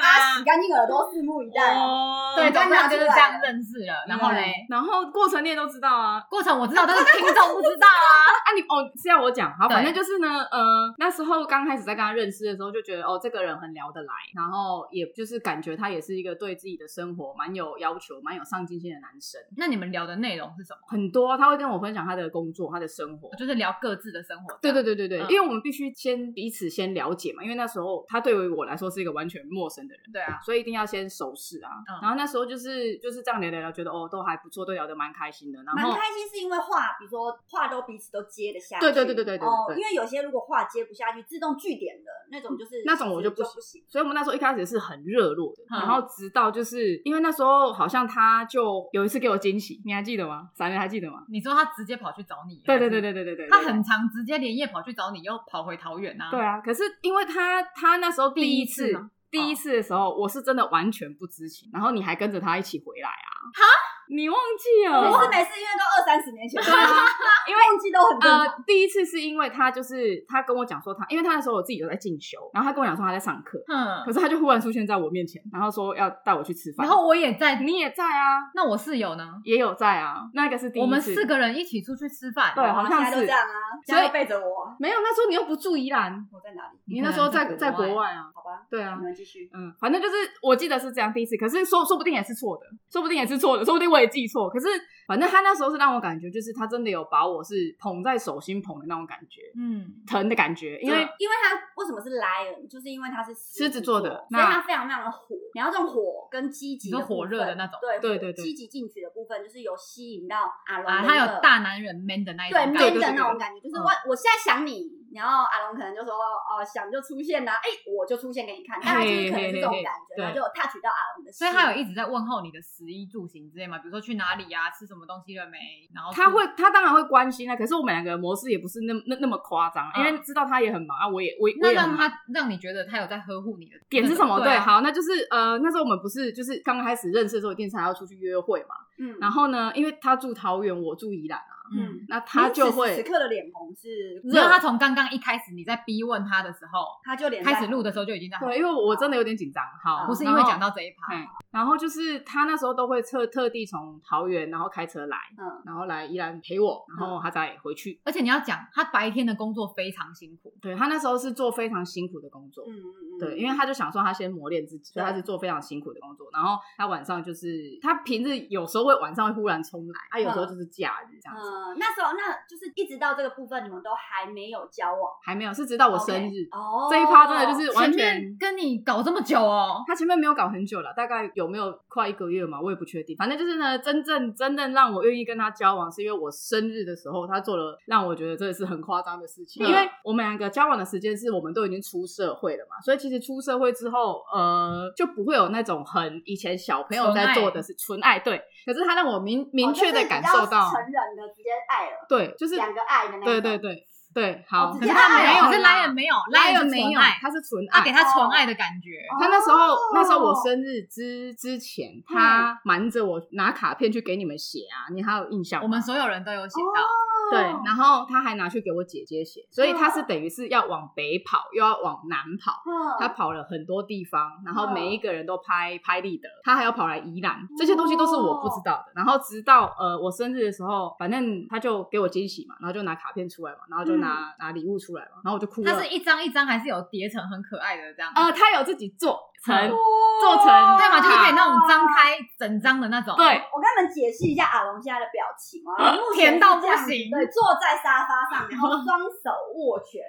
Speaker 2: 大家洗干净耳朵，拭目以待。
Speaker 1: 哦
Speaker 3: 对，
Speaker 2: 刚
Speaker 3: 总
Speaker 2: 拿出
Speaker 3: 之就是
Speaker 2: 来
Speaker 3: 这样认识
Speaker 1: 嗯
Speaker 3: 了。然后嘞，
Speaker 1: 然后过程你也都知道啊，
Speaker 3: 过程我知道，但是听众不知道啊。
Speaker 1: 啊你哦是要我讲，好，
Speaker 3: 对
Speaker 1: 反正就是呢，呃，那时候刚开始在跟他认识的时候，就觉得哦这个人很聊得来，然后也就是感觉他也是一个对自己的生活蛮有要求、蛮有上进心的男生。
Speaker 3: 那你们聊的内容是什么？
Speaker 1: 很多他会跟我分享他的工作、他的生活。
Speaker 3: 就是聊各自的生活。
Speaker 1: 对对对对对，
Speaker 3: 嗯
Speaker 1: 因为我们必须先彼此先了解嘛，因为那时候他对于我来说是一个完全陌生的人。
Speaker 3: 对啊，
Speaker 1: 所以一定要先熟识啊，
Speaker 3: 嗯
Speaker 1: 然后那时候就是就是这样聊聊聊，觉得哦都还不错，都聊得蛮开心的。然
Speaker 2: 蛮
Speaker 1: 后
Speaker 2: 开心，是因为话，比如说话都彼此都接得下去。
Speaker 1: 哦对对对对对对对
Speaker 2: 哦，
Speaker 1: 对
Speaker 2: 因为有些如果话接不下去，自动据点的那种，就是
Speaker 1: 那种我
Speaker 2: 就
Speaker 1: 就
Speaker 2: 不
Speaker 1: 不
Speaker 2: 行。
Speaker 1: 所以我们那时候一开始是很热络的，
Speaker 3: 嗯
Speaker 1: 然后直到就是因为那时候好像他就有一次给我惊喜，你还记得吗？闪人还记得吗？
Speaker 3: 你说他直接跑去找你，
Speaker 1: 对对对，对对对对，
Speaker 3: 他很常直接连夜跑去找你，又跑回桃园啊。
Speaker 1: 对啊。可是因为他他那时候第一
Speaker 3: 第一
Speaker 1: 次
Speaker 3: 次吗
Speaker 1: 第一次的时候，我是真的完全不知情，然后你还跟着他一起回来啊？哈，你忘记了？
Speaker 2: 每次每次，因为都二三十年前，
Speaker 1: 对 啊，
Speaker 2: 因为忘记都很正常。
Speaker 1: 呃，第一次是因为他就是他跟我讲说他，因为他那时候我自己有在进修，然后他跟我讲说他在上课，
Speaker 3: 嗯
Speaker 1: 可，是他就忽然出现在我面前，然后说要带我去吃饭，
Speaker 3: 然后我也在，
Speaker 1: 你也在啊，
Speaker 3: 那我室友呢？
Speaker 1: 也有在啊，那个是第一次，
Speaker 3: 我们四个人一起出去吃饭，
Speaker 1: 呃对好像
Speaker 2: 现在都
Speaker 1: 是
Speaker 2: 这样啊，现在都背着我，
Speaker 1: 没有，那时候你又不住宜兰，
Speaker 2: 我在哪里？
Speaker 1: 你那时候
Speaker 3: 可
Speaker 1: 在
Speaker 3: 能
Speaker 1: 在
Speaker 3: 在国外
Speaker 1: 国外啊，
Speaker 2: 好吧，
Speaker 1: 对啊
Speaker 2: 你。们继续。
Speaker 1: 嗯，反正就是我记得是这样第一次，可是说说不定也是错的，说不定也是错的，说不定我也记错。可是反正他那时候是让我感觉，就是他真的有把我是捧在手心捧的那种感觉，
Speaker 3: 嗯，
Speaker 1: 疼的感觉，因为
Speaker 2: 啊因为他为什么是 lion，就是因为他是
Speaker 1: 狮子座的
Speaker 2: 所以
Speaker 1: 那
Speaker 2: 他非常非常的火。你要这种火跟积极的
Speaker 3: 你说火
Speaker 2: 部分
Speaker 3: 热的那种
Speaker 2: 对
Speaker 1: 对
Speaker 2: 火
Speaker 1: 对对
Speaker 2: 积极进取的部分，就是有吸引到阿龙的那
Speaker 3: 啊，
Speaker 2: 个，
Speaker 3: 他有大男人 man 的那一
Speaker 2: 对
Speaker 3: 种
Speaker 2: man
Speaker 3: 感
Speaker 1: 对
Speaker 2: 的
Speaker 3: 觉，
Speaker 1: 对
Speaker 2: 那种感觉，就是
Speaker 3: 嗯
Speaker 2: 我我现在想你，然后阿龙可能就说哦想就出现啦，哎我就出现给你看，大概就是可能是这种感觉，
Speaker 1: 嘿嘿嘿嘿
Speaker 2: 然后就有 touch 到阿龙的心，
Speaker 3: 所以他有一直在问候你的食衣住行之类嘛，比如说去哪里呀、吃什么东西了没，然后
Speaker 1: 他会，他当然会关心啊。可是我们两个的模式也不是那那那么夸张，
Speaker 3: 嗯
Speaker 1: 因为知道他也很忙啊，我也我也我
Speaker 3: 那
Speaker 1: 也很
Speaker 3: 让
Speaker 1: 忙。
Speaker 3: 他让你觉得他有在呵护你的
Speaker 1: 点是什么？
Speaker 3: 对
Speaker 1: 对，
Speaker 3: 啊
Speaker 1: 好，那就是呃，那时候我们不是就是刚开始认识的时候，一定是还要出去约会嘛。
Speaker 2: 嗯，
Speaker 1: 然后呢，因为他住桃园，我住宜兰啊，
Speaker 3: 嗯。
Speaker 1: 那他
Speaker 2: 你
Speaker 1: 就
Speaker 2: 此时
Speaker 1: 会
Speaker 2: 此刻的脸红是
Speaker 3: 你知道他从刚刚一开始你在逼问他的时候，
Speaker 2: 他就脸
Speaker 3: 开始录的时
Speaker 2: 候，
Speaker 3: 候就已经在吼，
Speaker 1: 对，因为我真的有点紧张，好，
Speaker 3: 啊不是因为讲
Speaker 1: 到，
Speaker 3: 到这一趴，
Speaker 1: 嗯然后就是他那时候都会特特地从桃园，然后开车来，
Speaker 2: 嗯，
Speaker 1: 然后来宜兰陪我，然
Speaker 3: 嗯
Speaker 1: 后他再回去。
Speaker 3: 而且你要讲他白天的工作非常辛苦，
Speaker 1: 对他那时候是做非常辛苦的工作，
Speaker 2: 嗯嗯嗯，
Speaker 1: 对，因为他就想说他先磨练自己，所以他是做非常辛苦的工作。然后他晚上就是他平日有时候会晚上会忽然冲来，啊他、有时候就是假日这样子，
Speaker 2: 嗯，那时候那就是一直到这个部分，你们都还没有交往。
Speaker 1: 还没有是直到我
Speaker 2: OK
Speaker 1: 生日
Speaker 2: 哦，
Speaker 1: 这一趴真的就是完
Speaker 3: 前
Speaker 1: 全
Speaker 3: 面。跟你搞这么久 哦，
Speaker 1: 他前面没有搞很久了，大概有没有快一个月嘛？我也不确定。反正就是呢，真正真正让我愿意跟他交往，是因为我生日的时候，他做了让我觉得真的是很夸张的事情。
Speaker 3: 嗯
Speaker 1: 因为我们两个交往的时间是我们都已经出社会了嘛，所以其实出社会之后，呃，就不会有那种很以前小朋友
Speaker 3: 纯
Speaker 1: 在
Speaker 3: 爱
Speaker 1: 做的是纯爱，对。可是他让我明明
Speaker 2: 哦
Speaker 1: 确
Speaker 2: 就
Speaker 1: 的
Speaker 2: 是
Speaker 1: 感
Speaker 2: 比较
Speaker 1: 受到，
Speaker 2: 成人的直接爱了，
Speaker 1: 对，就是
Speaker 2: 两个爱的那
Speaker 1: 对
Speaker 2: 种
Speaker 1: 对对对，好
Speaker 2: 哦，
Speaker 3: 可
Speaker 2: 直
Speaker 3: 是
Speaker 2: 接
Speaker 3: 他没有，
Speaker 2: 没
Speaker 3: 可
Speaker 2: 有
Speaker 3: 是
Speaker 2: 啦
Speaker 3: Lion 没有
Speaker 1: 他
Speaker 3: ，Lion
Speaker 1: 又
Speaker 3: 是
Speaker 1: 没有
Speaker 3: 纯爱，，
Speaker 1: 他是纯爱，
Speaker 3: 他给他纯爱的感觉，
Speaker 1: 他那时候，
Speaker 2: 哦
Speaker 1: 那时候我生日之之前，他瞒着我拿卡片去给你们写啊，你还有印象吗？
Speaker 3: 我们所有人都有写到，
Speaker 2: 哦，
Speaker 1: 对，然后他还拿去给我姐姐写，所以他是等于是要往北跑，又要往南跑。他
Speaker 2: 嗯，
Speaker 1: 跑了很多地方，然后
Speaker 2: 嗯
Speaker 1: 每一个人都拍拍立得，他还要跑来宜兰，这些东西都是我不知道的。然后直到呃我生日的时候，反正他就给我惊喜嘛，然后就拿卡片出来嘛，然后就拿、拿礼物出来嘛，然后我就哭了。
Speaker 3: 它是一张一张还是有叠成很可爱的这样？
Speaker 1: 呃，他有自己做成，
Speaker 2: 哦
Speaker 3: 嗯
Speaker 1: 做成
Speaker 3: 对嘛，就是可以那种张
Speaker 2: 开。
Speaker 3: 开整张的那种。
Speaker 1: 对，
Speaker 2: 我跟你们解释一下阿龙现在的表 情啊，目前是
Speaker 3: 甜到不
Speaker 2: 这样子
Speaker 3: 行
Speaker 2: 对，坐在沙发上，然后双手握拳，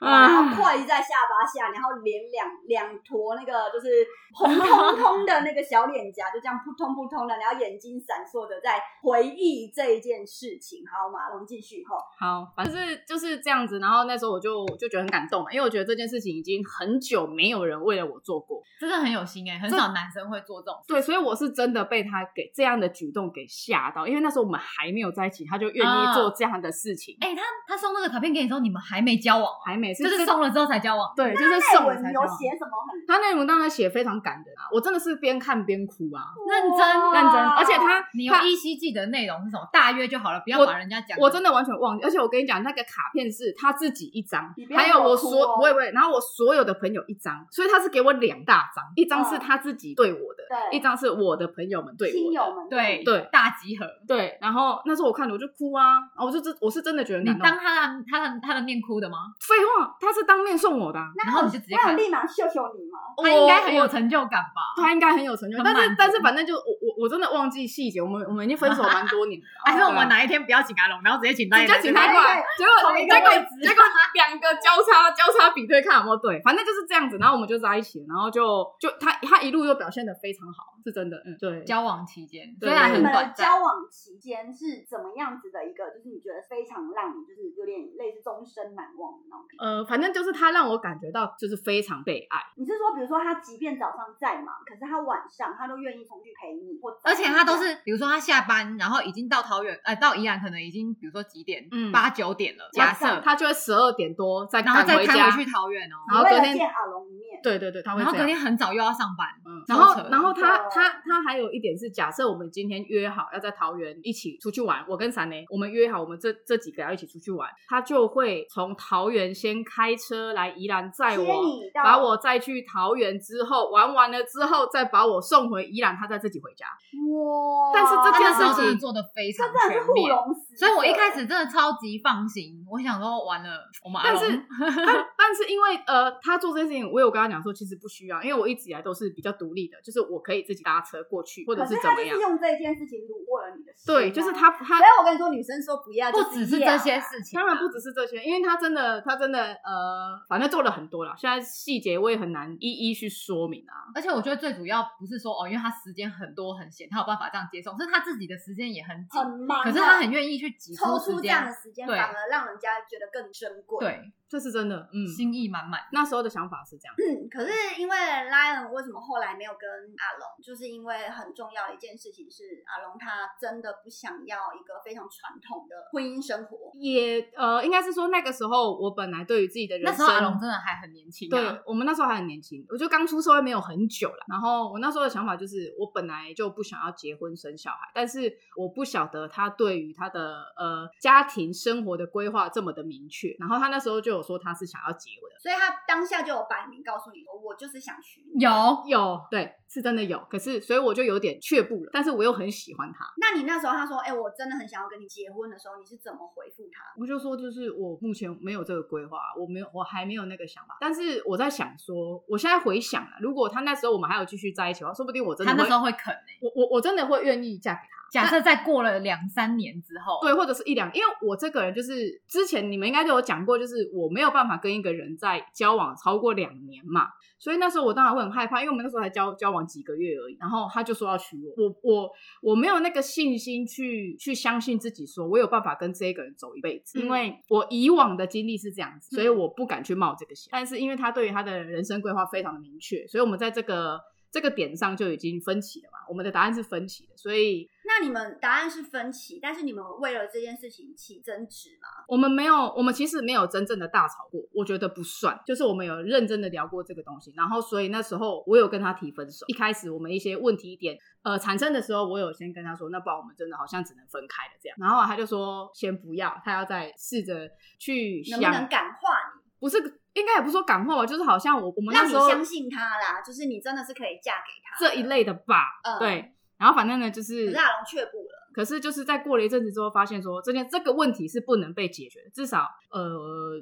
Speaker 1: 啊
Speaker 2: 然后筷子在下巴下，然后连两两坨那个就是红彤彤的那个小脸颊，就这样扑通扑通的，然后眼睛闪烁着在回忆这一件事情。好，马龙继续吼，
Speaker 1: 好，反正是就是这样子。然后那时候我就就觉得很感动嘛，因为我觉得这件事情已经很久没有人为了我做过，
Speaker 3: 真的很有心哎，很
Speaker 1: 这
Speaker 3: 少男生会做这种。
Speaker 1: 对，所以我是真的被他给这样的举动给吓到，因为那时候我们还没有在一起，他就愿意
Speaker 3: 啊
Speaker 1: 做这样的事情，
Speaker 3: 哎，他他送那个卡片给你的时候，你们还没交往啊，
Speaker 1: 还每次
Speaker 3: 就是送了之后才交往。
Speaker 1: 对，就是
Speaker 2: 内
Speaker 1: 送
Speaker 2: 文
Speaker 1: 了才
Speaker 2: 有
Speaker 1: 交往
Speaker 2: 写什么很
Speaker 1: 他内容当然写非常感人啊，我真的是边看边哭啊，
Speaker 3: 认真
Speaker 2: 哇
Speaker 1: 认真，而且他
Speaker 3: 你有
Speaker 1: 他
Speaker 3: 依稀记得内容是什么？大约就好了，不要
Speaker 1: 我
Speaker 3: 把人家讲得。
Speaker 1: 我真的完全忘记，而且我跟你讲，那个卡片是他自己一张
Speaker 2: 你不，要
Speaker 1: 还有我
Speaker 2: 给我哭
Speaker 1: 所
Speaker 2: 哦
Speaker 1: 我也会，然后我所有的朋友一张，所以他是给我两大张，一张是他自己对我的，
Speaker 2: 嗯对
Speaker 1: 一张是我的朋友们对
Speaker 2: 亲
Speaker 1: 我
Speaker 2: 友
Speaker 1: 的，
Speaker 2: 们
Speaker 3: 对
Speaker 1: 对
Speaker 3: 大集合。
Speaker 1: 对。然后那时候我看着我就哭啊，啊我就真我是真的觉得很
Speaker 3: 你
Speaker 1: 感动。
Speaker 3: 当他的他的他的面哭的吗？
Speaker 1: 废话，他是当面送我的啊、
Speaker 2: 那
Speaker 3: 然后你就直接
Speaker 2: 那
Speaker 3: 看
Speaker 2: 有，立马秀秀你吗？
Speaker 3: 他应该
Speaker 1: 我
Speaker 3: 很有，成就感吧？
Speaker 1: 他应该很有成就，
Speaker 3: 很
Speaker 1: 但
Speaker 3: 满
Speaker 1: 是
Speaker 3: 足，
Speaker 1: 但是反正就我我我真的忘记细节，我们我们已经分手蛮多年了 哎
Speaker 3: 还是我
Speaker 1: 对啊
Speaker 3: 们哪一天不要请阿龙，然后直接请他，
Speaker 1: 直接请他过来，结果
Speaker 3: 同一个
Speaker 1: 结果
Speaker 3: 位置
Speaker 1: 结果两个交叉交叉比对看有没有对，反正就是这样子，然后我们就在一起，然后就就他他一路又表现的非常好，是真的，嗯，对，
Speaker 3: 交往期间，
Speaker 1: 对
Speaker 3: 虽然
Speaker 2: 你
Speaker 3: 很
Speaker 2: 们
Speaker 3: 短
Speaker 2: 的
Speaker 3: 暂
Speaker 2: 交，往期间是怎么样子的一个？就是你觉得非常让你就是有点类似终身难忘的那种感觉。
Speaker 1: 呃，反正就是他让我感觉到就是非常被爱，
Speaker 2: 你是说，比如说他即便早上再忙，可是他晚上他都愿意重去陪你，或
Speaker 3: 而且他都是，比如说他下班，然后已经到桃园，呃，到宜兰可能已经，比如说几点，
Speaker 1: 嗯
Speaker 3: 八九点了，假设，
Speaker 1: 他就会十二点多再
Speaker 3: 然后
Speaker 1: 赶
Speaker 3: 再开
Speaker 1: 家，
Speaker 3: 回去桃园哦，
Speaker 1: 然后
Speaker 2: 为
Speaker 1: 隔
Speaker 2: 了
Speaker 1: 天
Speaker 2: 见阿龙一面。
Speaker 1: 对对对，他会
Speaker 3: 然后
Speaker 1: 这样。
Speaker 3: 隔天很早又要上班，
Speaker 1: 嗯，
Speaker 3: 超
Speaker 1: 然后
Speaker 3: 扯，
Speaker 1: 然后他
Speaker 2: 的
Speaker 1: 他他还有一点是，假设我们今天约好要在桃园一起出去玩，我跟闪雷，我们约好我们这这几个要一起出去玩，他就会从桃园先开车来宜兰载
Speaker 2: 接
Speaker 1: 我，
Speaker 2: 你到
Speaker 1: 把我载去桃园之后玩完了之后，再把我送回宜兰，他再自己回家。
Speaker 2: 哇！
Speaker 1: 但是这
Speaker 3: 他
Speaker 1: 件
Speaker 3: 那
Speaker 1: 事
Speaker 3: 时候
Speaker 1: 情
Speaker 3: 真的做的非
Speaker 2: 他
Speaker 3: 常
Speaker 2: 真的是
Speaker 3: 全
Speaker 2: 护
Speaker 3: 面。
Speaker 2: 龙死，
Speaker 3: 所以我一开始真的超级放心，我想说完了，我们阿
Speaker 1: 但
Speaker 3: 龙
Speaker 1: 是 但但是因为呃，他做这件事情，我有跟他讲说，其实不需要，因为我一直以来都是比较独立的，就是我可以自己搭车过去，或者
Speaker 2: 可是
Speaker 1: 怎
Speaker 2: 他
Speaker 1: 么
Speaker 2: 就
Speaker 1: 样
Speaker 2: 是。用这件事情虏获了你的心啊
Speaker 1: 对，就是。他他
Speaker 2: 所以我跟你说，女生说不要，
Speaker 3: 不
Speaker 2: 就
Speaker 3: 只是
Speaker 2: 要
Speaker 3: 这些事情啊，
Speaker 1: 当然不只是这些，因为他真的，他真的，呃，反正做了很多了。现在细节我也很难一一去说明啊。
Speaker 3: 而且我觉得最主要不是说哦，因为他时间很多很闲，他有办法这样接送，是他自己的时间也很紧，
Speaker 2: 很忙啊，
Speaker 3: 可是他很愿意去挤
Speaker 2: 抽
Speaker 3: 时
Speaker 2: 出这样的
Speaker 3: 间，
Speaker 2: 时间，
Speaker 3: 对
Speaker 2: 反而让人家觉得更珍贵。
Speaker 3: 对，
Speaker 1: 这是真的，嗯，
Speaker 3: 心意满满。
Speaker 1: 那时候的想法是这样。
Speaker 2: 嗯，可是因为 Lion 为什么后来没有跟阿龙，就是因为很重要的一件事情是阿龙他真的不想要一个非常传统的婚姻生活。
Speaker 1: 也呃，应该是说那个时候我本来对于自己的人
Speaker 3: 那
Speaker 1: 生，
Speaker 3: 时候阿龙真的还很年轻、啊，
Speaker 1: 对我们那时候还很年轻，我就刚出社会没有很久了。然后我那时候的想法就是，我本来就不想要结婚生小孩，但是我不晓得他对于他的呃家庭生活的规划这么的明确。然后他那时候就有说他是想要结婚的，
Speaker 2: 所以他当下就有摆明告诉你说，我就是想娶你。
Speaker 3: 有
Speaker 1: 有，对，是真的有。可是，所以我就有点却步了，但是我又很喜欢他，
Speaker 2: 那你那时候他说，哎、我真的很想要跟你结婚的时候，你是怎么回复他？
Speaker 1: 我就说，就是我目前没有这个规划，我没有，我还没有那个想法。但是我在想说，我现在回想啊，如果他那时候我们还有继续在一起的话，说不定我真的
Speaker 3: 他
Speaker 1: 会，
Speaker 3: 那时候会啃、欸、
Speaker 1: 我我我真的会愿意嫁给他，
Speaker 3: 假设再过了两三年之后，
Speaker 1: 对，或者是一两，因为我这个人就是之前你们应该都有讲过，就是我没有办法跟一个人在交往超过两年嘛，所以那时候我当然会很害怕，因为我们那时候才交交往几个月而已，然后他就说要娶我，我我我没有那个信心去去相信自己，说我有办法跟这个人走一辈子，
Speaker 2: 嗯
Speaker 1: 因为我以往的经历是这样子，
Speaker 2: 嗯
Speaker 1: 所以我不敢去冒这个险。但是因为他对于他的人生规划非常的明确，所以我们在这个。这个点上就已经分歧了嘛。我们的答案是分歧的，所以
Speaker 2: 那你们答案是分歧，但是你们为了这件事情起争执吗？
Speaker 1: 我们没有，我们其实没有真正的大吵过，我觉得不算。就是我们有认真的聊过这个东西，然后所以那时候我有跟他提分手。一开始我们一些问题点呃产生的时候，我有先跟他说，那不然我们真的好像只能分开了这样。然后他就说先不要，他要再试着去想，
Speaker 2: 能不能感化你？
Speaker 1: 不是应该也不是说感化吧，就是好像我我们那
Speaker 2: 让你
Speaker 1: 时候
Speaker 2: 相信他啦，就是你真的是可以嫁给他
Speaker 1: 这一。类的吧，
Speaker 2: 嗯
Speaker 1: 对。然后反正呢，就是
Speaker 2: 可是阿龙却步了，
Speaker 1: 可是就是在过了一阵子之后，发现说这件这个问题是不能被解决的，至少呃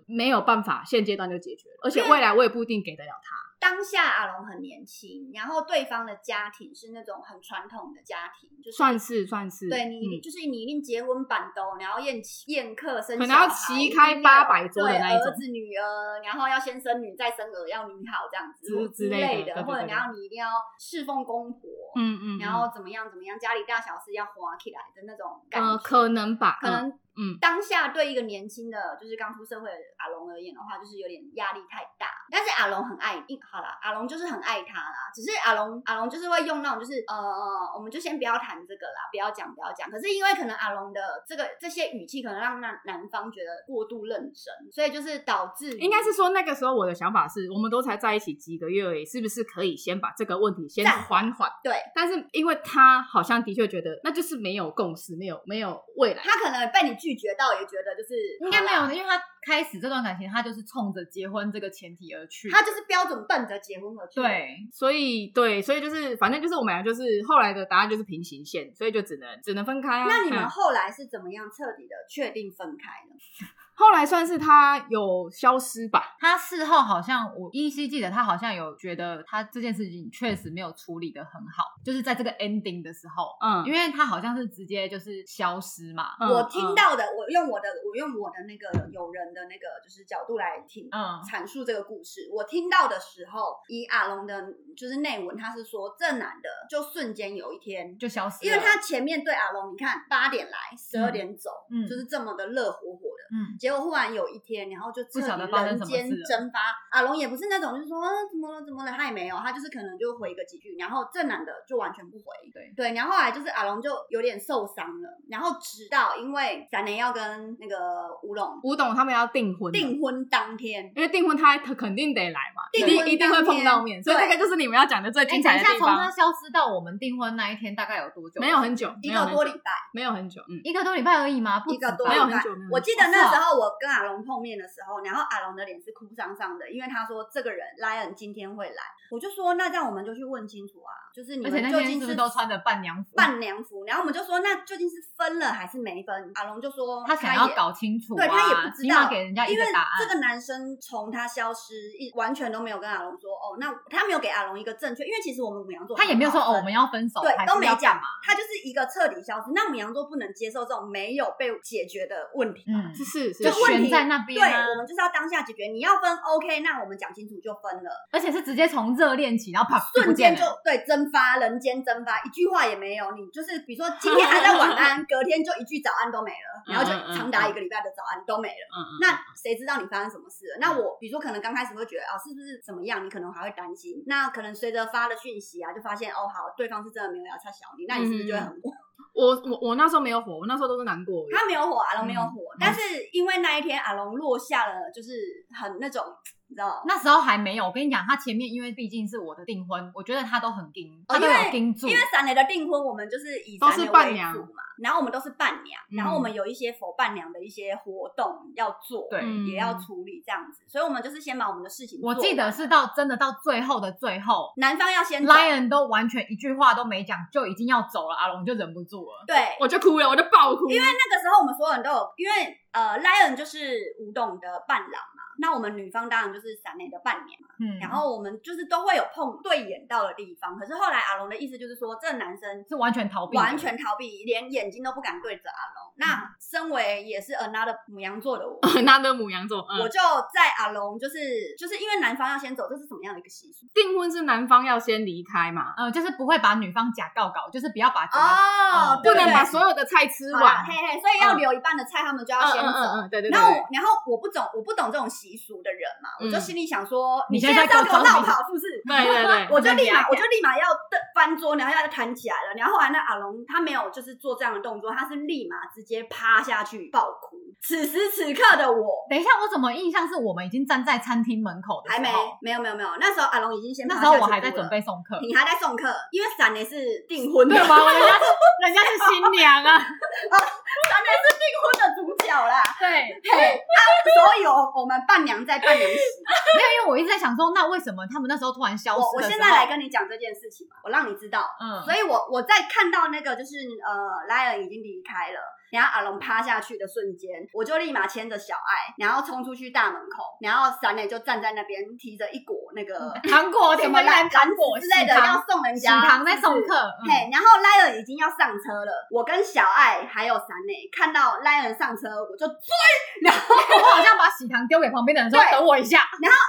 Speaker 1: 没有办法现阶段就解决了，而且未来我也不一定给得了他。
Speaker 2: 当下阿龙很年轻，然后对方的家庭是那种很传统的家庭，就是
Speaker 1: 算是算是，
Speaker 2: 对你一定、
Speaker 1: 嗯
Speaker 2: 就是你一定结婚板兜，然后宴请宴客生小孩，
Speaker 1: 可能要旗开800桌的
Speaker 2: 对
Speaker 1: 那一种
Speaker 2: 儿子女儿，然后要先生女再生儿，要女好这样子
Speaker 1: 之
Speaker 2: 之
Speaker 1: 之类的
Speaker 2: 类
Speaker 1: 对对
Speaker 2: 或者
Speaker 1: 对
Speaker 2: 然后你一定要侍奉公婆，
Speaker 1: 嗯嗯，
Speaker 2: 然后怎么样怎么样，家里大小事要花起来的那种感觉，
Speaker 1: 呃可能吧，
Speaker 2: 可能
Speaker 1: 嗯
Speaker 2: 当下对一个年轻的，就是刚出社会的阿龙而言的话，就是有点压力太大。但是阿龙很爱，嗯好啦，阿龙就是很爱他啦。只是阿龙，阿龙就是会用那种，就是呃，我们就先不要谈这个啦，不要讲，不要讲。可是因为可能阿龙的这个这些语气，可能让男男方觉得过度认真，所以就是导致
Speaker 1: 应该是说那个时候我的想法是，我们都才在一起几个月而已，是不是可以先把这个问题先
Speaker 2: 暂
Speaker 1: 缓缓？
Speaker 2: 对
Speaker 1: 但是因为他好像的确觉得那就是没有共识，没有没有未来。
Speaker 2: 他可能被你拒绝到，也觉得就是
Speaker 3: 应该没。
Speaker 2: 好
Speaker 3: 有
Speaker 2: 啦
Speaker 3: 的，因为他开始这段感情，他就是冲着结婚这个前提而去。
Speaker 2: 他就是标准奔着结婚而去。，
Speaker 3: 对，
Speaker 1: 所以对，所以就是反正就是我们俩就是后来的答案就是平行线，所以就只能只能分开啊。
Speaker 2: 那你们
Speaker 1: 嗯
Speaker 2: 后来是怎么样彻底的确定分开的？
Speaker 1: 后来算是他有消失吧？
Speaker 3: 他事后好像我依稀记得，他好像有觉得他这件事情确实没有处理的很好，就是在这个 ending 的时候，
Speaker 1: 嗯，
Speaker 3: 因为他好像是直接就是消失嘛。
Speaker 1: 嗯
Speaker 2: 我听到的，我用我的我用我的那个友人的那个就是角度来听。
Speaker 3: 嗯，
Speaker 2: 阐述这个故事，我听到的时候，以阿龙的，就是内文，他是说这男的就瞬间有一天，
Speaker 3: 就消失了，
Speaker 2: 因为他前面对阿龙，你看八点来，十二点走，
Speaker 3: 嗯
Speaker 2: 就是这么的热火火的，
Speaker 3: 嗯，
Speaker 2: 结果忽然有一天，然后就彻
Speaker 3: 不晓
Speaker 2: 底
Speaker 3: 得发生
Speaker 2: 人
Speaker 3: 什么
Speaker 2: 间
Speaker 3: 事了
Speaker 2: 蒸发。阿龙也不是那种就是说、嗯、怎么了怎么了，他也没有，他就是可能就回个几句，然后这男的就完全不回。
Speaker 3: 对
Speaker 2: 对，然后后来就是阿龙就有点受伤了，然后直到因为闪雷要跟那个吴龙
Speaker 1: 吴董他们要订婚，
Speaker 2: 订婚当天。
Speaker 1: 因为订婚他他肯定得来嘛，一
Speaker 2: 订
Speaker 1: 定
Speaker 2: 婚
Speaker 1: 一定会
Speaker 2: 当
Speaker 1: 碰到
Speaker 2: 天
Speaker 1: 面，所以这
Speaker 2: 对
Speaker 1: 个就是你们要讲的最
Speaker 3: 哎，
Speaker 1: 精
Speaker 3: 等
Speaker 1: 彩
Speaker 3: 一
Speaker 1: 的
Speaker 3: 下，
Speaker 1: 地
Speaker 3: 从他
Speaker 1: 方。
Speaker 3: 消失到我们订婚那一天，大概有多久？
Speaker 1: 没有很久，
Speaker 2: 一
Speaker 1: 没有
Speaker 2: 个
Speaker 1: 很
Speaker 2: 多
Speaker 1: 久
Speaker 2: 礼拜，
Speaker 1: 没有很久，嗯，
Speaker 3: 一个多礼拜而已吗？不
Speaker 2: 一个
Speaker 3: 止
Speaker 2: 多
Speaker 3: 吧
Speaker 1: 没
Speaker 2: 礼
Speaker 1: 有
Speaker 2: 拜
Speaker 1: 很久没有很久。
Speaker 2: 我记得那时候我跟阿龙碰面的时候，然后阿龙的脸是哭丧丧的，因为他说这个人莱恩今天会来，我就说那这样我们就去问清楚啊，就是你
Speaker 3: 而且
Speaker 2: 们
Speaker 3: 那
Speaker 2: 究
Speaker 3: 天
Speaker 2: 竟
Speaker 3: 是不是都穿着伴娘服？
Speaker 2: 伴娘服，然后我们就说那究竟是分了还是没分？阿龙就说
Speaker 3: 他想要
Speaker 2: 也
Speaker 3: 搞清楚、啊，
Speaker 2: 对他也不知
Speaker 3: 起码
Speaker 2: 道
Speaker 3: 给人家一
Speaker 2: 因
Speaker 3: 个
Speaker 2: 为
Speaker 3: 答案。
Speaker 2: 这个男生从他消失一完全都没有跟阿龙说哦，那他没有给阿龙一个正确，因为其实我们母羊座
Speaker 3: 他也没有说哦，我们
Speaker 2: 要
Speaker 3: 要分手，还
Speaker 2: 对
Speaker 3: 是
Speaker 2: 都没
Speaker 3: 要
Speaker 2: 讲
Speaker 3: 干嘛。，
Speaker 2: 他就是一个彻底消失。那母羊座不能接受这种没有被解决的问题，
Speaker 3: 嗯，
Speaker 1: 是是是
Speaker 3: 就是
Speaker 2: 问
Speaker 3: 悬
Speaker 2: 题
Speaker 3: 在那边啊
Speaker 2: 对，我们就是要当下解决。你要分 OK，那我们讲清楚就分了，
Speaker 3: 而且是直接从热恋期，然后啪
Speaker 2: 瞬间就
Speaker 3: 不见了
Speaker 2: 对蒸发，人间蒸发，一句话也没有。你就是比如说今天还在晚安，隔天就一句早安都没了，然后就
Speaker 1: 嗯嗯嗯
Speaker 2: 长达一个礼拜的早安都没了。
Speaker 1: 嗯嗯，
Speaker 2: 那谁知道你发生什么事了？那我比如说可能刚开始会觉得啊、是不是怎么样？你可能还会担心。那可能随着发了讯息啊，就发现哦好，对方是真的没有要插小你，那你是不是就会很火？
Speaker 1: 我我我那时候没有火，我那时候都是难过而已。
Speaker 2: 他没有火，阿龙没有
Speaker 3: 嗯
Speaker 2: 火，但是因为那一天阿龙落下了，就是很那种你知道。
Speaker 3: 那时候还没有，我跟你讲，他前面因为毕竟是我的订婚，我觉得他都很盯，
Speaker 2: 哦
Speaker 3: 他都
Speaker 2: 因
Speaker 3: 有
Speaker 2: 为
Speaker 3: 盯住
Speaker 2: 因。为闪雷的订婚，我们就是以
Speaker 1: 都
Speaker 2: 闪
Speaker 1: 是
Speaker 2: 雷
Speaker 1: 伴
Speaker 2: 为
Speaker 1: 娘
Speaker 2: 主嘛，然后我们都是伴娘，
Speaker 3: 嗯
Speaker 2: 然后我们有一些佛伴娘的一些活动要做，
Speaker 3: 对
Speaker 1: 嗯
Speaker 2: 也要处理这样子，所以我们就是先把我们的事情做
Speaker 3: 我
Speaker 2: 完。
Speaker 3: 记得是到真的到最后的最后
Speaker 2: 男方要先走
Speaker 3: ，Lion 都完全一句话都没讲，就已经要走了，阿龙就忍不住了。
Speaker 2: 对，
Speaker 1: 我就哭了，我就爆哭。因为
Speaker 2: 那个时候我们所有人都有，因为呃，Lion 就是吴董的伴郎嘛，那我们女方当然就是闪雷的伴娘嘛，
Speaker 3: 嗯，
Speaker 2: 然后我们就是都会有碰对眼到的地方。可是后来阿龙的意思就是说，这男生
Speaker 3: 是完全逃避的，
Speaker 2: 完全逃避，连眼睛都不敢对着阿龙。那身为也是 another 母羊座的我。
Speaker 1: 那的母羊座，
Speaker 2: 我
Speaker 1: 嗯，
Speaker 2: 就在阿龙，就是就是因为男方要先走，这是什么样的一个习俗？
Speaker 1: 订婚是男方要先离开嘛，
Speaker 3: 呃，就是不会把女方假告告，就是不要把整个
Speaker 2: 哦
Speaker 3: 嗯
Speaker 1: 不能把
Speaker 2: 把
Speaker 1: 所有的菜吃
Speaker 2: 好
Speaker 1: 完
Speaker 2: 啦嘿。嘿，所以要留一半的菜，他们就
Speaker 1: 嗯
Speaker 2: 要啊先
Speaker 1: 嗯
Speaker 2: 走。
Speaker 1: 嗯嗯，对对对。
Speaker 2: 然后我，然后我不懂，我不懂这种习习俗的人嘛，
Speaker 1: 嗯
Speaker 2: 我就心里想说，
Speaker 3: 你
Speaker 2: 你
Speaker 3: 现
Speaker 2: 现
Speaker 3: 在
Speaker 2: 在
Speaker 3: 在
Speaker 2: 要
Speaker 3: 给
Speaker 2: 给
Speaker 3: 我
Speaker 2: 我
Speaker 3: 装
Speaker 2: 绕
Speaker 3: 逼
Speaker 2: 跑是不是？
Speaker 1: 对对对，
Speaker 2: 我就立马，
Speaker 3: 我在压
Speaker 2: 我就立马要翻桌，然后要弹起来了。然后后来那阿龙他没有就是做这样的动作，他是立马直接趴下去爆哭。此时此刻的我
Speaker 3: 等一下，我怎么印象是我们已经站在餐厅门口的时
Speaker 2: 还
Speaker 3: 候
Speaker 2: 没没有没有没有，那时候阿龙已经先
Speaker 3: 那
Speaker 2: 趴
Speaker 3: 时候
Speaker 2: 下去
Speaker 3: 我还在
Speaker 2: 哭
Speaker 3: 准
Speaker 2: 了
Speaker 3: 备送 客，
Speaker 2: 你还在送客，因为闪雷是订婚的，
Speaker 3: 对吗？人家是人家是新娘啊，
Speaker 2: 闪雷是订婚的主角啦。
Speaker 3: 对，
Speaker 2: 嘿，啊，所有我们伴娘在伴娘席，
Speaker 3: 没有，因为我一直在想说，那为什么他们那时候突然消失
Speaker 2: 我我
Speaker 3: 哦的时
Speaker 2: 现
Speaker 3: 候
Speaker 2: 在来，跟你讲这件事情吧，我让你知道。
Speaker 3: 嗯，
Speaker 2: 所以我我在看到那个就是呃，莱尔已经离开了，然后阿龙趴下去的瞬间，我就立马牵着小爱，然后冲出去大门口，然后闪磊就站在那边提着一果那个
Speaker 3: 糖果什嗯么
Speaker 2: 篮
Speaker 3: 烂
Speaker 2: 篮
Speaker 3: 糖
Speaker 2: 子
Speaker 3: 果
Speaker 2: 之类的
Speaker 3: 喜
Speaker 2: 要
Speaker 3: 糖
Speaker 2: 送人
Speaker 3: 喜
Speaker 2: 家，
Speaker 3: 糖在
Speaker 2: 是不
Speaker 3: 送
Speaker 2: 是
Speaker 3: 客，嗯
Speaker 2: 嘿，然后莱尔已经要上车了，我跟小爱还有闪磊看到莱尔上车，我就啊追，然后
Speaker 3: 我好像把喜糖丢给旁边的人说
Speaker 2: 对
Speaker 3: 等我一下，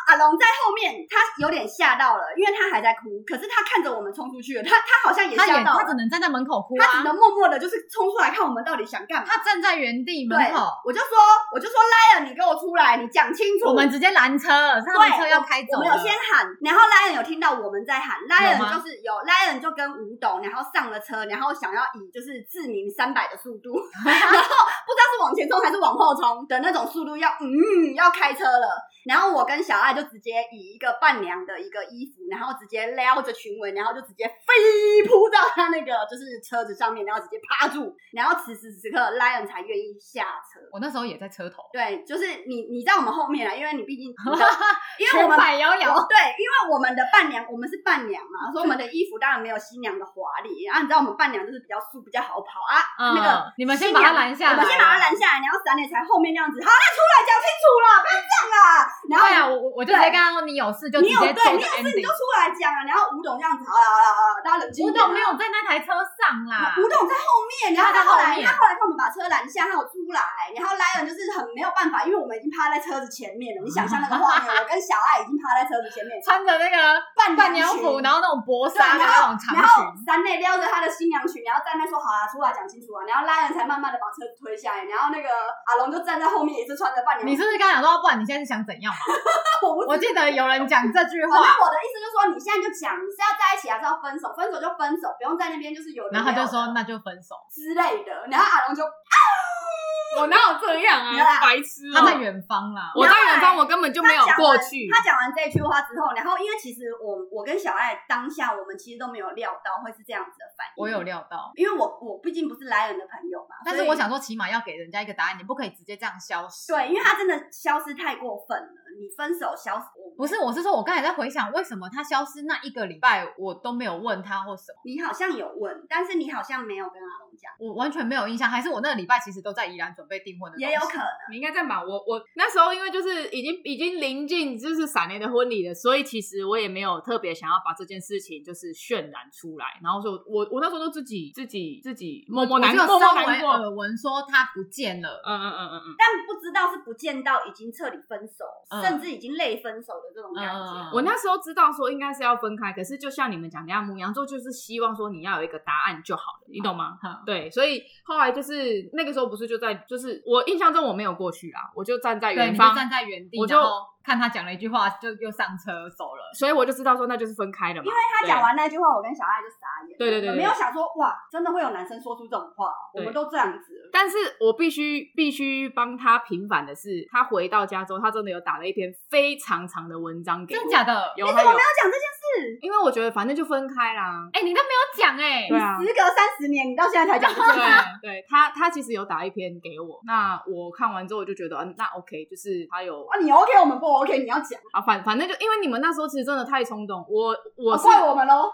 Speaker 2: 阿龙在后面，他有点吓到了，因为他还在哭，可是他看着我们冲出去了，他他好像也
Speaker 3: 他
Speaker 2: 吓
Speaker 3: 也
Speaker 2: 到
Speaker 3: 他
Speaker 2: 了
Speaker 3: 只，能站在门口哭
Speaker 2: 他只
Speaker 3: 啊，
Speaker 2: 能默默的，就是冲出来看我们到底想干嘛。
Speaker 3: 他站在原地
Speaker 2: 对
Speaker 3: 门口，，
Speaker 2: 我就说，我就说，莱恩，你给我出来，你讲清楚。
Speaker 3: 我们直接拦车，是他们
Speaker 2: 对
Speaker 3: 车要开
Speaker 2: 我
Speaker 3: 走
Speaker 2: 们有
Speaker 3: 了，
Speaker 2: 先喊，然后莱恩有听到我们在喊，莱
Speaker 3: 有吗
Speaker 2: 恩就是有，莱恩就跟吴董，然后上了车，然后想要以就是自明三百的速度， 然后不知道是往前冲还是往后冲的那种速度要，嗯要开车了。然后我跟小爱就直接以一个伴娘的一个衣服，然后直接撩着裙围，然后就直接飞扑到他那个就是车子上面，然后直接趴住。然后此时此刻，莱恩才愿意下车。
Speaker 3: 我那时候也在车头，
Speaker 2: 对，就是你你在我们后面啊，因为你毕竟你的， 因为我
Speaker 3: 全
Speaker 2: 们
Speaker 3: 摆摇
Speaker 2: 我
Speaker 3: 摇，
Speaker 2: 对，因为我们的伴娘，我们是伴娘嘛，所以我们的衣服当然没有新娘的华丽。啊然、后你知道我们伴娘就是比较素，比较好跑啊。
Speaker 3: 嗯
Speaker 2: 那个
Speaker 3: 你们先
Speaker 2: 新
Speaker 3: 把
Speaker 2: 娘
Speaker 3: 他拦下
Speaker 2: 我
Speaker 3: 来，
Speaker 2: 们先把她拦下来，然后闪脸才后面这样子。好，那出来讲清楚了，不要这样啦。然后
Speaker 3: 对啊，我我我就直接跟他说你有事就直
Speaker 2: 你
Speaker 3: 接
Speaker 2: 有
Speaker 3: 做
Speaker 2: 对，
Speaker 3: 个
Speaker 2: 你有事你就
Speaker 3: ending。
Speaker 2: 出来讲啊。然后吴董这样子，好了好了好了，大家冷静一
Speaker 3: 吴
Speaker 2: 点啊。
Speaker 3: 董没有在那台车上啦，
Speaker 2: 吴董在后面，然后他后来
Speaker 3: 他在后面
Speaker 2: 他后来看我们把车拦下，他有出来，然后莱恩就是很没有办法，因为我们已经趴在车子前面了。你想象那个画 面，我跟小爱已经趴在车子前面，
Speaker 3: 穿着那个
Speaker 2: 伴
Speaker 3: 伴娘
Speaker 2: 裙
Speaker 3: 服，然后那种薄纱的
Speaker 2: 对
Speaker 3: 那种长
Speaker 2: 然后
Speaker 3: 裙，
Speaker 2: 三妹撩着他的新娘裙，然后在那说好啦，出来讲清楚啊。然后拉人才慢慢的把车子推下来，然后那个阿龙就站在后面，也是穿着伴娘
Speaker 3: 你
Speaker 2: 服。
Speaker 3: 是不是刚想说，啊不然你现在是想怎 样嘛？
Speaker 2: 我不
Speaker 3: 我记得有人讲这句
Speaker 2: 反正
Speaker 3: 话，
Speaker 2: 我的意思就是说，你现在就讲，你是要在一起还是要分手？分手就分手，不用在那边就是有的
Speaker 3: 然后他
Speaker 2: 没有的
Speaker 3: 就说那就分 手。
Speaker 2: 之类的。然后阿龙就
Speaker 1: 我哪有这样
Speaker 2: 没有啦
Speaker 1: 啊，白痴
Speaker 3: 他在
Speaker 1: 哦！
Speaker 3: 远方啦，
Speaker 1: 我在远方，我根本就没有过去。
Speaker 2: 他讲完这句话之后，然后因为其实我我跟小爱当下我们其实都没有料到会是这样子的反应。
Speaker 3: 我有，料到，
Speaker 2: 因为我我毕竟不是莱恩的朋友嘛，
Speaker 3: 但是
Speaker 2: 所以
Speaker 3: 我想说，起码要给人家一个答案，你不可以直接这样消失。
Speaker 2: 对，因为他真的消失太过分了，你分手消失，我
Speaker 3: 不是，我是说，我刚才在回想，为什么他消失那一个礼拜，我都没有问他或什么，
Speaker 2: 你好像有问，但是你好像没有跟阿龙讲，
Speaker 3: 我完全没有印象。还是我那个礼拜其实都在宜兰准备订婚的，
Speaker 2: 也有可。能。
Speaker 1: 你应该在忙。我我那时候因为就是已经已经临近就是闪雷的婚礼了，所以其实我也没有特别想要把这件事情就是渲染出来。然后说我我那时候都自己自己自己默默
Speaker 3: 我
Speaker 1: 难
Speaker 3: 就有
Speaker 1: 过，默默
Speaker 3: 稍微
Speaker 1: 难过。
Speaker 3: 耳闻说他不见了，
Speaker 1: 嗯嗯嗯嗯嗯。
Speaker 2: 但不知道是不见到已经彻底分手，
Speaker 3: 嗯
Speaker 2: 甚至已经类分手的这种感
Speaker 3: 嗯嗯嗯
Speaker 2: 觉。
Speaker 1: 我那时候知道说应该是要分开，可是就像你们讲的一样，母羊座就是希望说你要有一个答案就好了，你懂吗？
Speaker 3: 哈
Speaker 1: 对，所以后来就是那个时候不是就在，就是我印象中我没有过去啦，我就站在
Speaker 3: 对，
Speaker 1: 远
Speaker 3: 你
Speaker 1: 方
Speaker 3: 就，站在原地，
Speaker 1: 我就
Speaker 3: 然后看他讲了一句话，就又上车走了。
Speaker 1: 所以我就知道说那就是分开了嘛。因为
Speaker 2: 他讲完那句话，我跟小爱就傻眼了。
Speaker 1: 对对对对
Speaker 2: 我没有想说哇，真的会有男生说出这种话哦，我
Speaker 1: 对
Speaker 2: 们都这样子了。
Speaker 1: 但是我必须必须帮他平反的是，他回到加州，他真的有打了一篇非常长的文章给我。
Speaker 3: 真假的？
Speaker 1: 有他有，
Speaker 2: 他讲这件事，
Speaker 1: 因为我觉得反正就分开啦。
Speaker 3: 哎、你都没有讲哎、
Speaker 1: 对啊，
Speaker 2: 时隔三十年，你到现在才讲这 件事。
Speaker 1: 对，对他他其实有打一篇给我，那我看完之后我就觉得，嗯，那 OK，就是他有
Speaker 2: 啊，你 OK，我们不 OK，你要讲，
Speaker 1: 啊，反反正就因为你们那时候其实真的太冲动，我我
Speaker 2: 哦
Speaker 1: 是、
Speaker 2: 怪我们喽。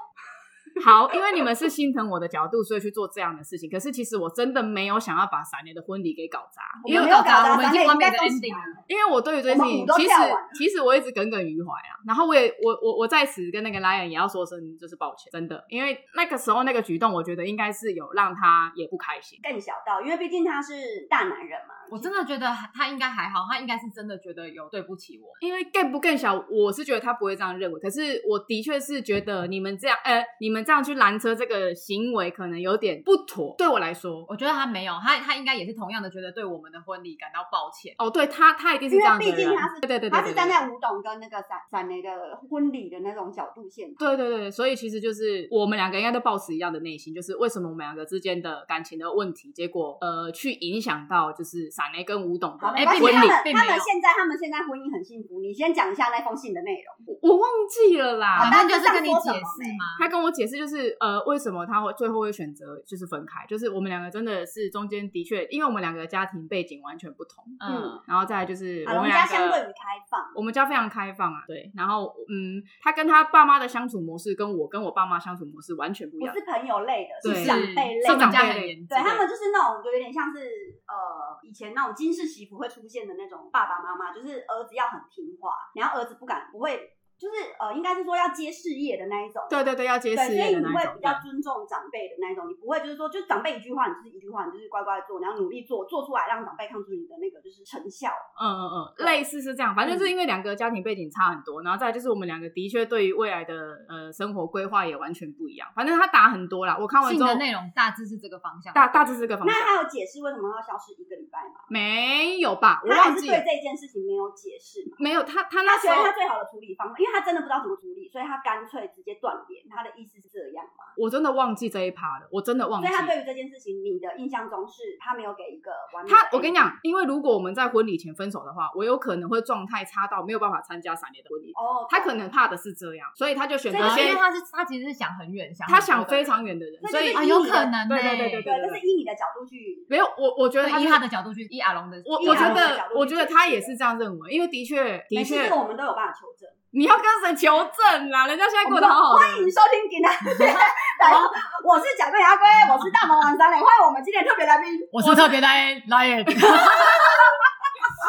Speaker 1: 好，因为你们是心疼我的角度，所以去做这样的事情。可是其实我真的没有想要把闪年的婚礼给搞砸，
Speaker 2: 我
Speaker 1: 因
Speaker 2: 们
Speaker 1: 为
Speaker 2: 没有搞
Speaker 3: 我
Speaker 2: 砸，
Speaker 3: 们已
Speaker 2: 咱
Speaker 3: 经
Speaker 2: 们
Speaker 3: 完
Speaker 2: 应
Speaker 3: 美
Speaker 2: 该
Speaker 3: 的
Speaker 2: 恭喜
Speaker 3: ending
Speaker 2: 他
Speaker 1: 因为我对于这件事情
Speaker 2: 我们舞，都
Speaker 1: 其实
Speaker 2: 跳完了
Speaker 1: 其实我一直耿耿于怀啊。然后我也我我我在此跟那个 Lion 也要说声就是抱歉，真的，因为那个时候那个举动，我觉得应该是有让他也不开心。
Speaker 2: 更小到，因为毕竟他是大男人嘛，
Speaker 3: 我真的觉得他应该还好，他应该是真的觉得有对不起我。
Speaker 1: 因为更不更小，我是觉得他不会这样认为。可是我的确是觉得你们这样，呃，你们这样去拦车这个行为可能有点不妥。对我来说，
Speaker 3: 我觉得他没有，他他应该也是同样的觉得对我们的婚礼感到抱歉。
Speaker 1: 哦，对他，他一定是这样的
Speaker 2: 因为毕竟
Speaker 1: 人啊
Speaker 2: 他是
Speaker 1: 对对对对对
Speaker 2: 他是站
Speaker 1: 对
Speaker 2: 在吴董跟那个闪闪雷的婚礼的那种角度线，
Speaker 1: 对对对，所以其实就是我们两个应该都抱持一样的内心，就是为什么我们两个之间的感情的问题，结果呃去影响到就是闪雷跟吴董的
Speaker 2: 好，
Speaker 3: 哎
Speaker 2: 没关系。
Speaker 1: 婚
Speaker 2: 他
Speaker 1: 礼
Speaker 2: 们，
Speaker 3: 并
Speaker 2: 他
Speaker 3: 没
Speaker 2: 们
Speaker 3: 有
Speaker 2: 现在他们现在婚姻很幸福。你先讲一下那封信的内容。
Speaker 1: 我我忘记了啦。
Speaker 2: 好
Speaker 3: 反
Speaker 2: 的
Speaker 3: 正就是跟你解
Speaker 2: 啊那这样说什
Speaker 3: 释
Speaker 2: 么
Speaker 3: 嘛。
Speaker 1: 他跟我解释就是，呃，为什么他会最后会选择就是分开，就是我们两个真的是中间的确，因为我们两个家庭背景完全不同，
Speaker 3: 嗯，
Speaker 1: 然后再来就是
Speaker 2: 啊
Speaker 1: 我们
Speaker 2: 我们家
Speaker 1: 两
Speaker 2: 相对于
Speaker 1: 个，
Speaker 2: 开放
Speaker 1: 我们家非常开放啊，对。然后嗯，他跟他爸妈的相处模式跟我跟我爸妈相处模式完全不一
Speaker 2: 不
Speaker 1: 样，
Speaker 2: 是朋友类的，
Speaker 3: 嗯
Speaker 1: 对
Speaker 2: 是长辈类
Speaker 1: 是
Speaker 3: 他
Speaker 2: 的。
Speaker 3: 们
Speaker 1: 长
Speaker 3: 家
Speaker 1: 辈
Speaker 3: 很
Speaker 1: 类
Speaker 3: 严谨。
Speaker 2: 对他们就是那种有点像是呃以前那种金氏媳妇会出现的那种爸爸妈妈，就是儿子要很听话，然后儿子不敢不会，就是呃应该是说要接事业的那一种。
Speaker 1: 对对对，要接
Speaker 2: 对，
Speaker 1: 事
Speaker 2: 所以
Speaker 1: 业
Speaker 2: 你
Speaker 1: 的那一
Speaker 2: 会
Speaker 1: 种
Speaker 2: 比。较尊重长辈的那一种，你不会就是说，就长辈一句话，你就是一句话，你就是乖乖做，然后努力做，做出来让长辈看出你的那个就是成效。
Speaker 1: 嗯嗯嗯，类似是这样，反正就是因为两个家庭背景差很多，然后再来就是我们两个的确对于未来的呃生活规划也完全不一样。反正他打很多啦，我看完
Speaker 3: 信
Speaker 1: 之后
Speaker 3: 的内容大致是这个方向。
Speaker 1: 大大致是这个方
Speaker 2: 那
Speaker 1: 向，
Speaker 2: 他有解释为什么要消失一个礼拜吗？
Speaker 1: 没有吧？我
Speaker 2: 他还
Speaker 1: 忘
Speaker 2: 是
Speaker 1: 记了
Speaker 2: 对，这件事情没有解释嘛？
Speaker 1: 没有他他
Speaker 2: 他
Speaker 1: 那时
Speaker 2: 觉得
Speaker 1: 候
Speaker 2: 他最好的处理方法，因为他真的不知道怎么处理，所以他干脆直接断联。他的意思是这样嘛？
Speaker 1: 我真的忘记这一趴了，我真的忘
Speaker 2: 所
Speaker 1: 记
Speaker 2: 以。他对于这件事情，你的印象中是他没有给一个完美的。
Speaker 1: 他，我跟你，讲，因为如果我们在婚礼前分手的话，我有可能会状态差到没有办法参加闪联的婚礼。
Speaker 2: 哦，
Speaker 1: 他可能怕的是这样，所以他就选择
Speaker 3: 然后因
Speaker 1: 先
Speaker 3: 为，他是他其实是想很远，想
Speaker 1: 他
Speaker 3: 很
Speaker 1: 想
Speaker 3: 多的
Speaker 1: 非常远的人，
Speaker 2: 所
Speaker 1: 所
Speaker 2: 以
Speaker 1: 以
Speaker 2: 就是
Speaker 3: 啊，
Speaker 2: 以
Speaker 3: 有
Speaker 2: 你的
Speaker 3: 可能
Speaker 1: 对
Speaker 3: 呢。
Speaker 1: 对对对
Speaker 2: 对，这是以你的角度去
Speaker 1: 没有我，我觉得他
Speaker 3: 以
Speaker 1: 是
Speaker 3: 他的角度去，以阿龙的，
Speaker 1: 我
Speaker 2: 以
Speaker 1: 我
Speaker 2: 他
Speaker 1: 觉
Speaker 2: 的角
Speaker 1: 得
Speaker 2: 度，去
Speaker 1: 我觉得
Speaker 2: 解
Speaker 1: 他
Speaker 2: 释
Speaker 1: 也
Speaker 2: 的
Speaker 1: 是这样认为，因为的确，
Speaker 2: 每
Speaker 1: 的
Speaker 2: 次
Speaker 1: 确
Speaker 2: 这个，我们都有办法求证。
Speaker 1: 你要跟谁求证啦？人家现在过得好好的，
Speaker 2: 欢迎收听 《给南来，我是贾桂牙龟，我是大魔王三磊，欢迎我们今天的特别来宾，
Speaker 3: 我是特别的 lion，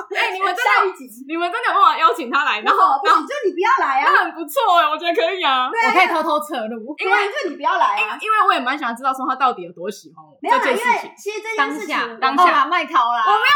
Speaker 1: 哎，你们真
Speaker 2: 下
Speaker 1: 的，
Speaker 2: 一集。
Speaker 1: 你们真的有办法邀请他来，
Speaker 2: 然
Speaker 1: 然
Speaker 2: 后
Speaker 1: 后，
Speaker 2: 不
Speaker 1: 然后
Speaker 2: 行，就你不要来啊！
Speaker 1: 他很不错哎，我觉得可以啊，
Speaker 3: 我可以偷偷扯入。
Speaker 2: 因为就你不要来啊！
Speaker 1: 因为我也蛮想知道说他到底有多喜欢我
Speaker 2: 没有
Speaker 1: 这
Speaker 2: 啦，因
Speaker 1: 件事
Speaker 2: 为
Speaker 1: 情。
Speaker 2: 其实这件
Speaker 3: 当
Speaker 2: 事情，
Speaker 3: 下，
Speaker 1: 当
Speaker 2: 这
Speaker 1: 下
Speaker 3: 然后啦，麦考哦啦，我没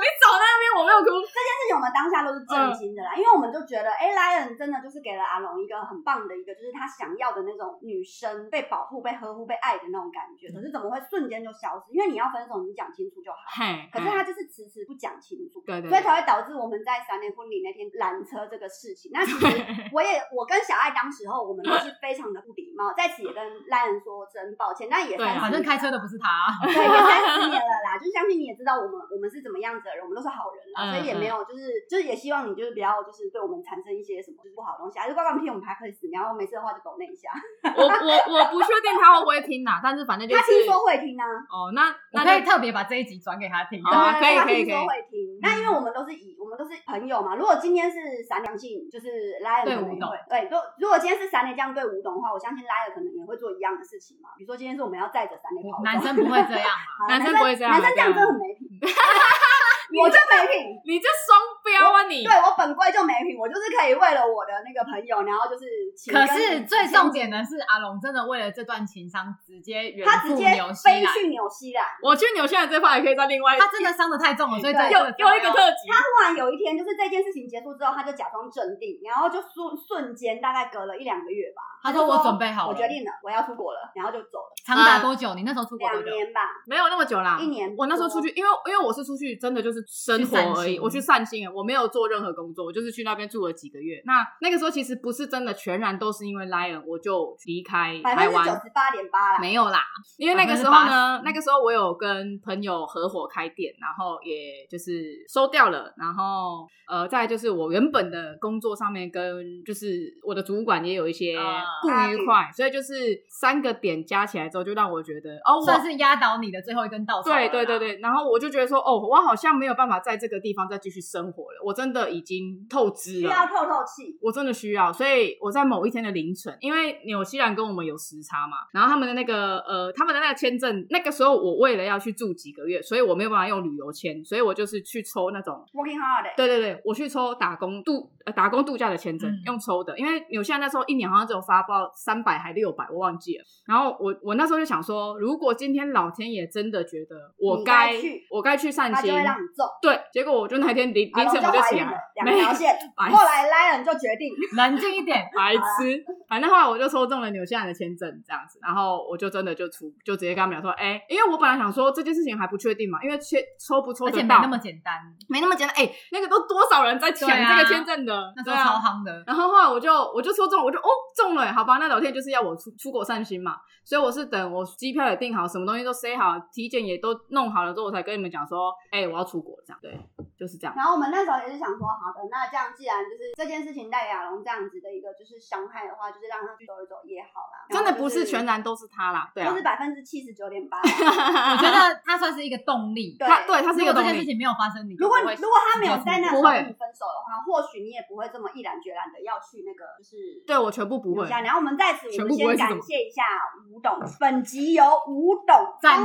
Speaker 1: 你走在那边，我没有哭。
Speaker 2: 件事情我们当下都是
Speaker 1: 嗯
Speaker 2: 震惊的啦，因为我们就觉得，哎，莱恩真的就是给了阿龙一个很棒的一个，就是他想要的那种女生被保护、被呵护、被爱的那种感觉。可是怎么会瞬间就消失？因为你要分手，你讲清楚就好。
Speaker 1: 嘿，
Speaker 2: 可是他就是迟迟不讲清楚，
Speaker 1: 对对对
Speaker 2: 所以才会导致我们在三年婚礼那天拦车这个事情。那其实我也，我跟小爱当时候我们都是非常的不礼貌，在此也跟赖恩说声抱歉，但也
Speaker 1: 对啊
Speaker 2: 三十
Speaker 3: 有，反正开车的不是他。啊
Speaker 2: 对，也 三十年了啦，就相信你也知道我们我们是怎么样子的人，我们都是好人啦，
Speaker 1: 嗯
Speaker 2: 所以也没有就是就是也希望你就是不要就是对我们产生一些什么就是不好的东西，还是乖乖听我们 p 克 d 然后没事的话就抖那一下，
Speaker 1: 我我我不确定他会不会听啦，但是反正就是
Speaker 2: 他听说会听啊，
Speaker 1: 哦，那
Speaker 3: 我
Speaker 1: 那
Speaker 3: 可以
Speaker 1: 就
Speaker 3: 特别把这一集转给他听。
Speaker 1: 好啊
Speaker 2: 对对对
Speaker 1: 可以
Speaker 2: 他
Speaker 1: 可以
Speaker 2: 听说会听。那因为我们都是以我们都是朋友嘛，如果今天是闪良性，就是莱尔可
Speaker 3: 对
Speaker 2: 能
Speaker 3: 吴
Speaker 2: 也
Speaker 3: 董
Speaker 2: 会对。如如果今天是闪雷这样对吴董的话，我相信莱尔可能也会做一样的事情嘛。比如说今天是我们要载着闪雷跑走，
Speaker 3: 男生不会这样啊嘛？
Speaker 2: 好
Speaker 1: 男
Speaker 2: 啊男
Speaker 1: 生不会这样
Speaker 2: 男生这样
Speaker 1: 对啊
Speaker 2: 真的很没品，我就没品。
Speaker 1: 你这双标啊你
Speaker 2: 对！我本归就没品，我就是可以为了我的那个朋友，然后就是请
Speaker 3: 可
Speaker 2: 跟
Speaker 3: 是最重点的是，阿龙真的为了这段情伤，直接远
Speaker 2: 他直
Speaker 3: 赴
Speaker 2: 接
Speaker 3: 纽西
Speaker 2: 飞
Speaker 3: 兰，
Speaker 2: 去纽西兰。
Speaker 1: 我去纽西兰这趴也可以在另外
Speaker 3: 他真的伤的太重了，所以这
Speaker 2: 对
Speaker 1: 又
Speaker 3: 这
Speaker 1: 又一个特辑，
Speaker 2: 突然有一天，就是这件事情结束之后，他就假装镇定，然后就瞬瞬间大概隔了一两个月吧，
Speaker 3: 他说我准备好
Speaker 2: 我
Speaker 3: 了，
Speaker 2: 决定了，我要出国了，然后就走了，
Speaker 3: 长达多久？你那时候出国多
Speaker 2: 呃两
Speaker 3: 久？
Speaker 2: 年吧，
Speaker 1: 没有那么久啦
Speaker 2: 一。年。
Speaker 1: 我那时候出，去，因为因为我是出去，真的就是生活而
Speaker 3: 去散
Speaker 1: 已，
Speaker 3: 心
Speaker 1: 我去散心而已，我没有做任何工作，我就是去那边住了几个月。那那个时候其实不是真的全然都是因为 Lion，我就离
Speaker 3: 嗯
Speaker 1: 开
Speaker 2: 百
Speaker 1: 台
Speaker 2: 分之九
Speaker 1: 湾。
Speaker 2: 十八点八啦，
Speaker 1: 没有啦，因为那个时候呢，那个时候我有跟朋友合伙开店，然后也就是收掉了，然后呃，再来就是我原本的工作上面跟就是我的主管也有一些
Speaker 3: 啊
Speaker 1: 不愉快，所以就是三个点加起来之后，就让我觉得哦，
Speaker 3: 算
Speaker 1: 我
Speaker 3: 是压倒你的最后一根稻草了
Speaker 1: 对
Speaker 3: 啦。
Speaker 1: 对对对，然后我就觉得说哦，我好像没有办法在这个地方再继续生活了，我真的已经透支
Speaker 2: 需
Speaker 1: 了，
Speaker 2: 要透透气。
Speaker 1: 我真的需要，所以我在某一天的凌晨，因为纽西兰跟我们有时差嘛，然后他们的那个呃，他们的那个签证，那个时候我为了要去住几个月，所以我没有办法用旅游签，所以我就是去抽那种，
Speaker 2: Working hard，
Speaker 1: 对对对，我去抽打工度呃打工度假的签证，
Speaker 3: 嗯
Speaker 1: 用抽的，因为纽西兰那时候一年好像只有发报三百还六百，我忘记了。然后我我那时候就想说，如果今天老天爷真的觉得我
Speaker 2: 你
Speaker 1: 该
Speaker 2: 该去
Speaker 1: 我该去善
Speaker 2: 他就
Speaker 1: 心
Speaker 2: 会，让你中。
Speaker 1: 对，结果我就那天凌
Speaker 2: 然
Speaker 1: 凌
Speaker 2: 后
Speaker 1: 晨我
Speaker 2: 就怀
Speaker 1: 起
Speaker 2: 孕
Speaker 1: 来
Speaker 2: 了，，两
Speaker 1: 没
Speaker 2: 条线。
Speaker 1: 白
Speaker 2: 后来 Lion 就决定，
Speaker 3: 冷静一 点，
Speaker 1: 白痴。反正后来我就抽中了纽西兰的签证，这样子，然后我就真的就出，就直接跟他们讲说，哎、因为我本来想说这件事情还不确定嘛，因为签抽不抽
Speaker 3: 而
Speaker 1: 得
Speaker 3: 且
Speaker 1: 到，
Speaker 3: 没那么简单，
Speaker 1: 没那么简单。哎、那个都多少人在抢
Speaker 3: 对啊
Speaker 1: 这个签证的，
Speaker 3: 那时
Speaker 1: 对
Speaker 3: 候
Speaker 1: 啊。
Speaker 3: 超夯的。
Speaker 1: 然后后来我就我就抽中，我就哦中了耶，好吧，那老天就是要我出出国散心嘛，所以我是等我机票也订好，什么东西都塞好，体检也都弄好了之后，我才跟你们讲说，哎、我要出国这样，对，就是这样。
Speaker 2: 然后我们那时候也是想说，好的，那这样既然就是这件事情带给亚龙这样子的一个就是伤害的话，就是让他去走一走也好啦。
Speaker 1: 真的不
Speaker 2: 然后就是
Speaker 1: 全然都是他啦，对啊
Speaker 2: 就，是百分之七十九点 八。
Speaker 3: 我觉得它算是一个动力。
Speaker 2: 对
Speaker 1: 他对他嗯是一
Speaker 3: 如
Speaker 1: 个
Speaker 3: 果这
Speaker 1: 动
Speaker 3: 件事
Speaker 1: 力，
Speaker 3: 情没有发生，你就
Speaker 2: 如果
Speaker 3: 不
Speaker 2: 你
Speaker 3: 会
Speaker 2: 如果他没有在那时候
Speaker 1: 不会
Speaker 2: 跟你分手的话，或许你也不会这么毅然决然的要去那个就是
Speaker 1: 对我全部不
Speaker 2: 留
Speaker 1: 会。
Speaker 2: 下。然后我们在此，我
Speaker 1: 全
Speaker 2: 们
Speaker 1: 部不会是
Speaker 2: 先
Speaker 1: 什
Speaker 2: 感
Speaker 1: 么
Speaker 2: 谢一下吴董，本集由吴董
Speaker 3: 赞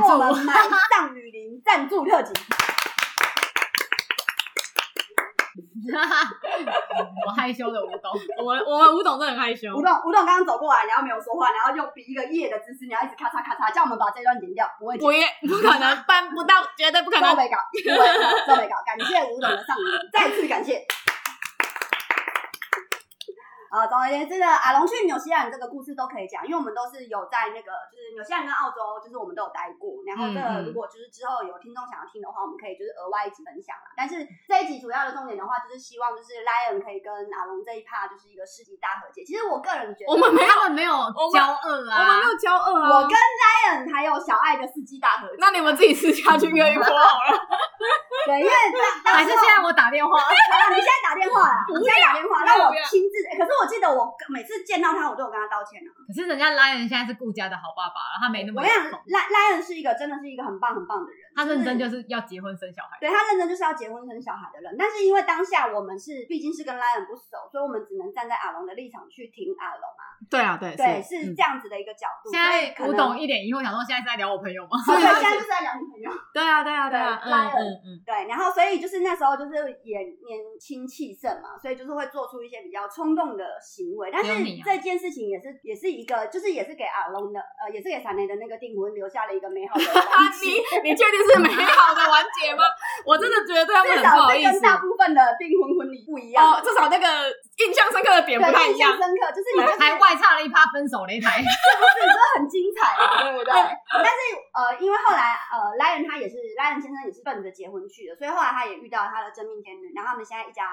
Speaker 2: 帮
Speaker 3: 助
Speaker 2: 我们买藏雨林赞助特辑。
Speaker 3: 我害羞的吴东，
Speaker 1: 我们我们吴董真的很害羞
Speaker 2: 吴，董，吴董刚刚走过来，然后没有说话，然后就比一个耶的姿势，然后一直咔嚓咔嚓，叫我们把这段剪掉，不会剪。
Speaker 1: 我也不可 能办不到，绝对不可
Speaker 2: 都
Speaker 1: 能。
Speaker 2: 没 搞，不会都没搞，感谢吴董的上瘾，再次感谢。啊，总而言之呢，阿龙去纽西兰这个故事都可以讲，因为我们都是有在那个，就是纽西兰跟澳洲，就是我们都有待过。然后这
Speaker 1: 嗯嗯
Speaker 2: 个如果就是之后有听众想要听的话，我们可以就是额外一集分享啦。但是这一集主要的重点的话，就是希望就是 Lion 可以跟阿龙这一趴就是一个世纪大和解。其实我个人觉得，
Speaker 1: 我们 没有，
Speaker 3: 他们没有交恶
Speaker 1: 我们
Speaker 3: 啊
Speaker 1: 没。有交恶
Speaker 2: 我
Speaker 1: 啊
Speaker 2: 跟。Lion 还有小爱的世纪大和解。
Speaker 1: 那你们自己私下去约一 波好了。
Speaker 2: 对，因为到
Speaker 3: 还
Speaker 2: 到时
Speaker 3: 是
Speaker 2: 候
Speaker 3: 现在我打电话，
Speaker 2: 好了，你现在打电话啦，
Speaker 1: 不
Speaker 2: 你现在打电话，
Speaker 1: 不要
Speaker 2: 让我
Speaker 1: 不要
Speaker 2: 亲自、欸可是我记得我每次见到他，我都有跟他道歉啊。
Speaker 3: 可是人家 Lion 现在是顾家的好爸爸了，他没那
Speaker 2: 我
Speaker 3: 么
Speaker 2: 跟你讲，赖赖恩是一个真的是一个很棒很棒的人，
Speaker 3: 他认真就是要结婚生小孩。
Speaker 2: 对他认真就是要结婚生小孩的人。但是因为当下我们是毕竟是跟赖恩不熟，所以我们只能站在阿龙的立场去听阿龙啊。
Speaker 1: 对啊，对
Speaker 2: 对，是
Speaker 1: 嗯
Speaker 2: 这样子的一个角度。
Speaker 3: 现在
Speaker 2: 所以可
Speaker 3: 吴
Speaker 2: 能
Speaker 3: 董，一脸疑惑，想说现在是在聊我朋友吗？
Speaker 2: 所以现在就是在聊女朋友。
Speaker 1: 对啊，对啊，对啊，嗯
Speaker 2: 对拉
Speaker 1: 嗯
Speaker 2: 人
Speaker 1: 嗯。
Speaker 2: 对，然后所以就是那时候就是也年轻气盛嘛，所以就是会做出一些比较冲动的行为。但
Speaker 3: 只有
Speaker 2: 是
Speaker 3: 你啊
Speaker 2: 这件事情也是也是一个，就是也是给阿龙的呃，也是给闪雷的那个订婚留下了一个美 好的
Speaker 1: 啊，
Speaker 2: 关系。
Speaker 1: 你你确定是美好的完结吗？我真的觉得对他们很不
Speaker 2: 至少
Speaker 1: 好
Speaker 2: 这
Speaker 1: 意
Speaker 2: 跟
Speaker 1: 思。
Speaker 2: 大部分的订婚婚礼不一样，
Speaker 1: 哦，至少那个印象深刻的点
Speaker 2: 对，
Speaker 1: 不太一
Speaker 2: 印象
Speaker 1: 样
Speaker 2: 深。刻，就是你就是
Speaker 3: 还外差了一趴分手擂台，
Speaker 2: 很精彩啊，对不对？但是呃，因为后来呃，莱恩他也是莱恩先生也是奔着结婚去的，所以后来他也遇到他的真命天女，然后他们现在一家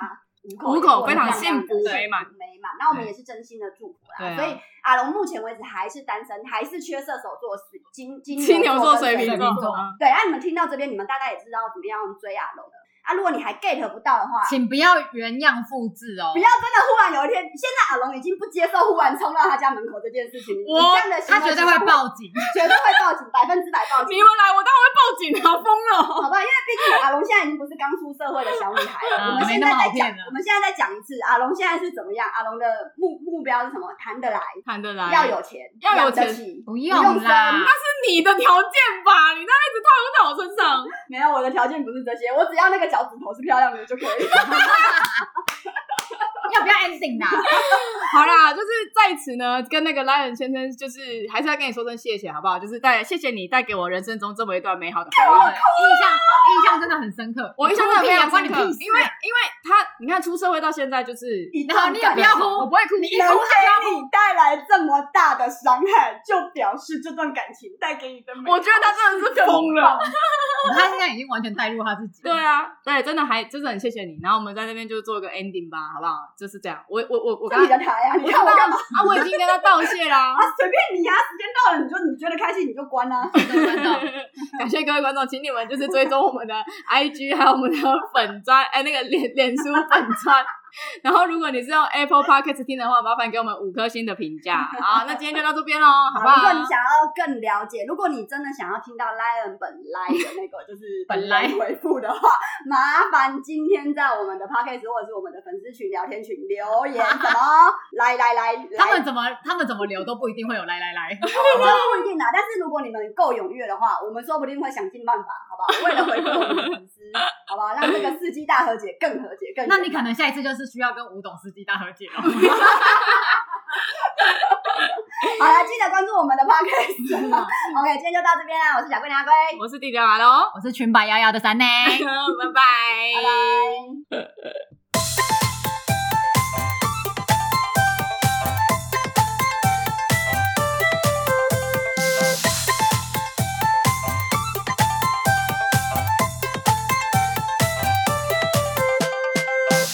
Speaker 2: 五口
Speaker 1: 五
Speaker 2: 也
Speaker 1: 口
Speaker 2: 过得
Speaker 1: 非常
Speaker 2: 亮亮
Speaker 1: 幸福
Speaker 2: 的
Speaker 1: 美满
Speaker 2: 美满。那我们也是真心的祝福
Speaker 1: 对
Speaker 2: 啦。
Speaker 1: 啊
Speaker 2: 所以阿龙目前为止还是单身，还是缺射手座、水金金
Speaker 1: 金牛座、
Speaker 2: 座跟
Speaker 1: 水
Speaker 2: 瓶
Speaker 1: 瓶
Speaker 3: 瓶
Speaker 1: 座，
Speaker 3: 座
Speaker 1: 嗯
Speaker 2: 对，那、你们听到这边，你们大概也知道怎么样追阿龙了。啊，如果你还 get 不到的话，
Speaker 3: 请不要原样复制哦
Speaker 2: 不。要真的忽然有一天，现在阿龙已经不接受忽然冲到他家门口这件事情，你
Speaker 1: 我
Speaker 2: 这样的行
Speaker 3: 他
Speaker 2: 为
Speaker 3: 绝对会
Speaker 2: 是，
Speaker 3: 报警，
Speaker 2: 绝对会报警，百分之百 报警
Speaker 1: 你，们来，我当然会报警啊！疯了，
Speaker 2: 好吧？因为毕竟阿龙现在已经不是刚出社会的小女孩了，
Speaker 3: 啊
Speaker 2: 我们
Speaker 3: 没
Speaker 2: 现
Speaker 3: 那
Speaker 2: 在
Speaker 3: 么
Speaker 2: 再
Speaker 3: 好
Speaker 2: 讲
Speaker 3: 骗啊，
Speaker 2: 我们现在再讲一次，阿龙现在是怎么样？阿龙的目目标是什么？谈得来，
Speaker 1: 谈得来，
Speaker 2: 要有钱，
Speaker 1: 要有
Speaker 2: 养得
Speaker 1: 钱
Speaker 2: 起，
Speaker 3: 不
Speaker 2: 用
Speaker 3: 用啦
Speaker 2: 生。
Speaker 1: 是你的条件吧？你那一直套用在我身上，
Speaker 2: 没有，我的条件不是这些，我只要那个脚趾头是漂亮的就可以了。
Speaker 3: 要不要 ending 啦？
Speaker 1: 好啦，就是在此呢，跟那个 Lion 先生，就是还是要跟你说声谢谢，好不好？就是带谢谢你带给我人生中这么一段美好的回忆。
Speaker 3: 印象印象真的很深刻，
Speaker 1: 我印象真的非常
Speaker 3: 关
Speaker 1: 深
Speaker 3: 你
Speaker 1: 刻，
Speaker 3: 屁
Speaker 1: 因为因
Speaker 3: 事
Speaker 1: 为他，你看出社会到现在就是
Speaker 2: 一
Speaker 3: 然后
Speaker 2: 段
Speaker 3: 你也不要
Speaker 2: 感
Speaker 3: 哭，
Speaker 2: 情
Speaker 3: 我不会哭，你一哭
Speaker 2: 能
Speaker 3: 他
Speaker 2: 给你带来这么大的伤害，就表示这段感情带给你的美。
Speaker 1: 我觉得他真的是疯了。
Speaker 3: 他现在已经完全带入他自己。
Speaker 1: 对，啊，对，真的还就是很谢谢你。然后我们在这边就做个 ending 吧，好不好？就是这样。我我我我
Speaker 2: 这
Speaker 1: 刚
Speaker 2: 是你的台啊！你
Speaker 1: 我
Speaker 2: 看我
Speaker 1: 知道
Speaker 2: 干嘛？
Speaker 1: 啊，我已经跟他道谢啦
Speaker 2: 啊，。随便你啊！时间到了，你就你觉得开心你就关啊。
Speaker 3: 真的。
Speaker 1: 感谢各位观众，请你们就是追踪我们的 IG，还有我们的粉砖， 哎，那个脸脸书粉砖。然后，如果你是用 Apple Podcast 听的话，麻烦给我们五颗星的评价。好，那今天就到这边喽，好不
Speaker 2: 好，如果
Speaker 1: 好？
Speaker 2: 你想要更了解，如果你真的想要听到 Lion 本来的那个就是
Speaker 3: 本来
Speaker 2: 回复的话，麻烦今天在我们的 podcast 或者是我们的粉丝群聊天群留言什 么，来来来来，
Speaker 3: 他们怎么他们怎么留都不一定会有来来来，
Speaker 2: 这不一定啦，但是如果你们够踊跃的话，我们说不定会想尽办法，好不好？为了回复我们的粉丝，好不好？让这个世纪大和解更和解更圆满。
Speaker 3: 那你可能下一次就是是需要跟吴董司机大和解哦。
Speaker 2: 好了，记得关注我们的 podcast。OK，今天就到这边啦，我是小桂林阿龟，
Speaker 1: 我是地铁马龙，
Speaker 3: 我是裙摆摇摇的三妹。
Speaker 1: 拜拜。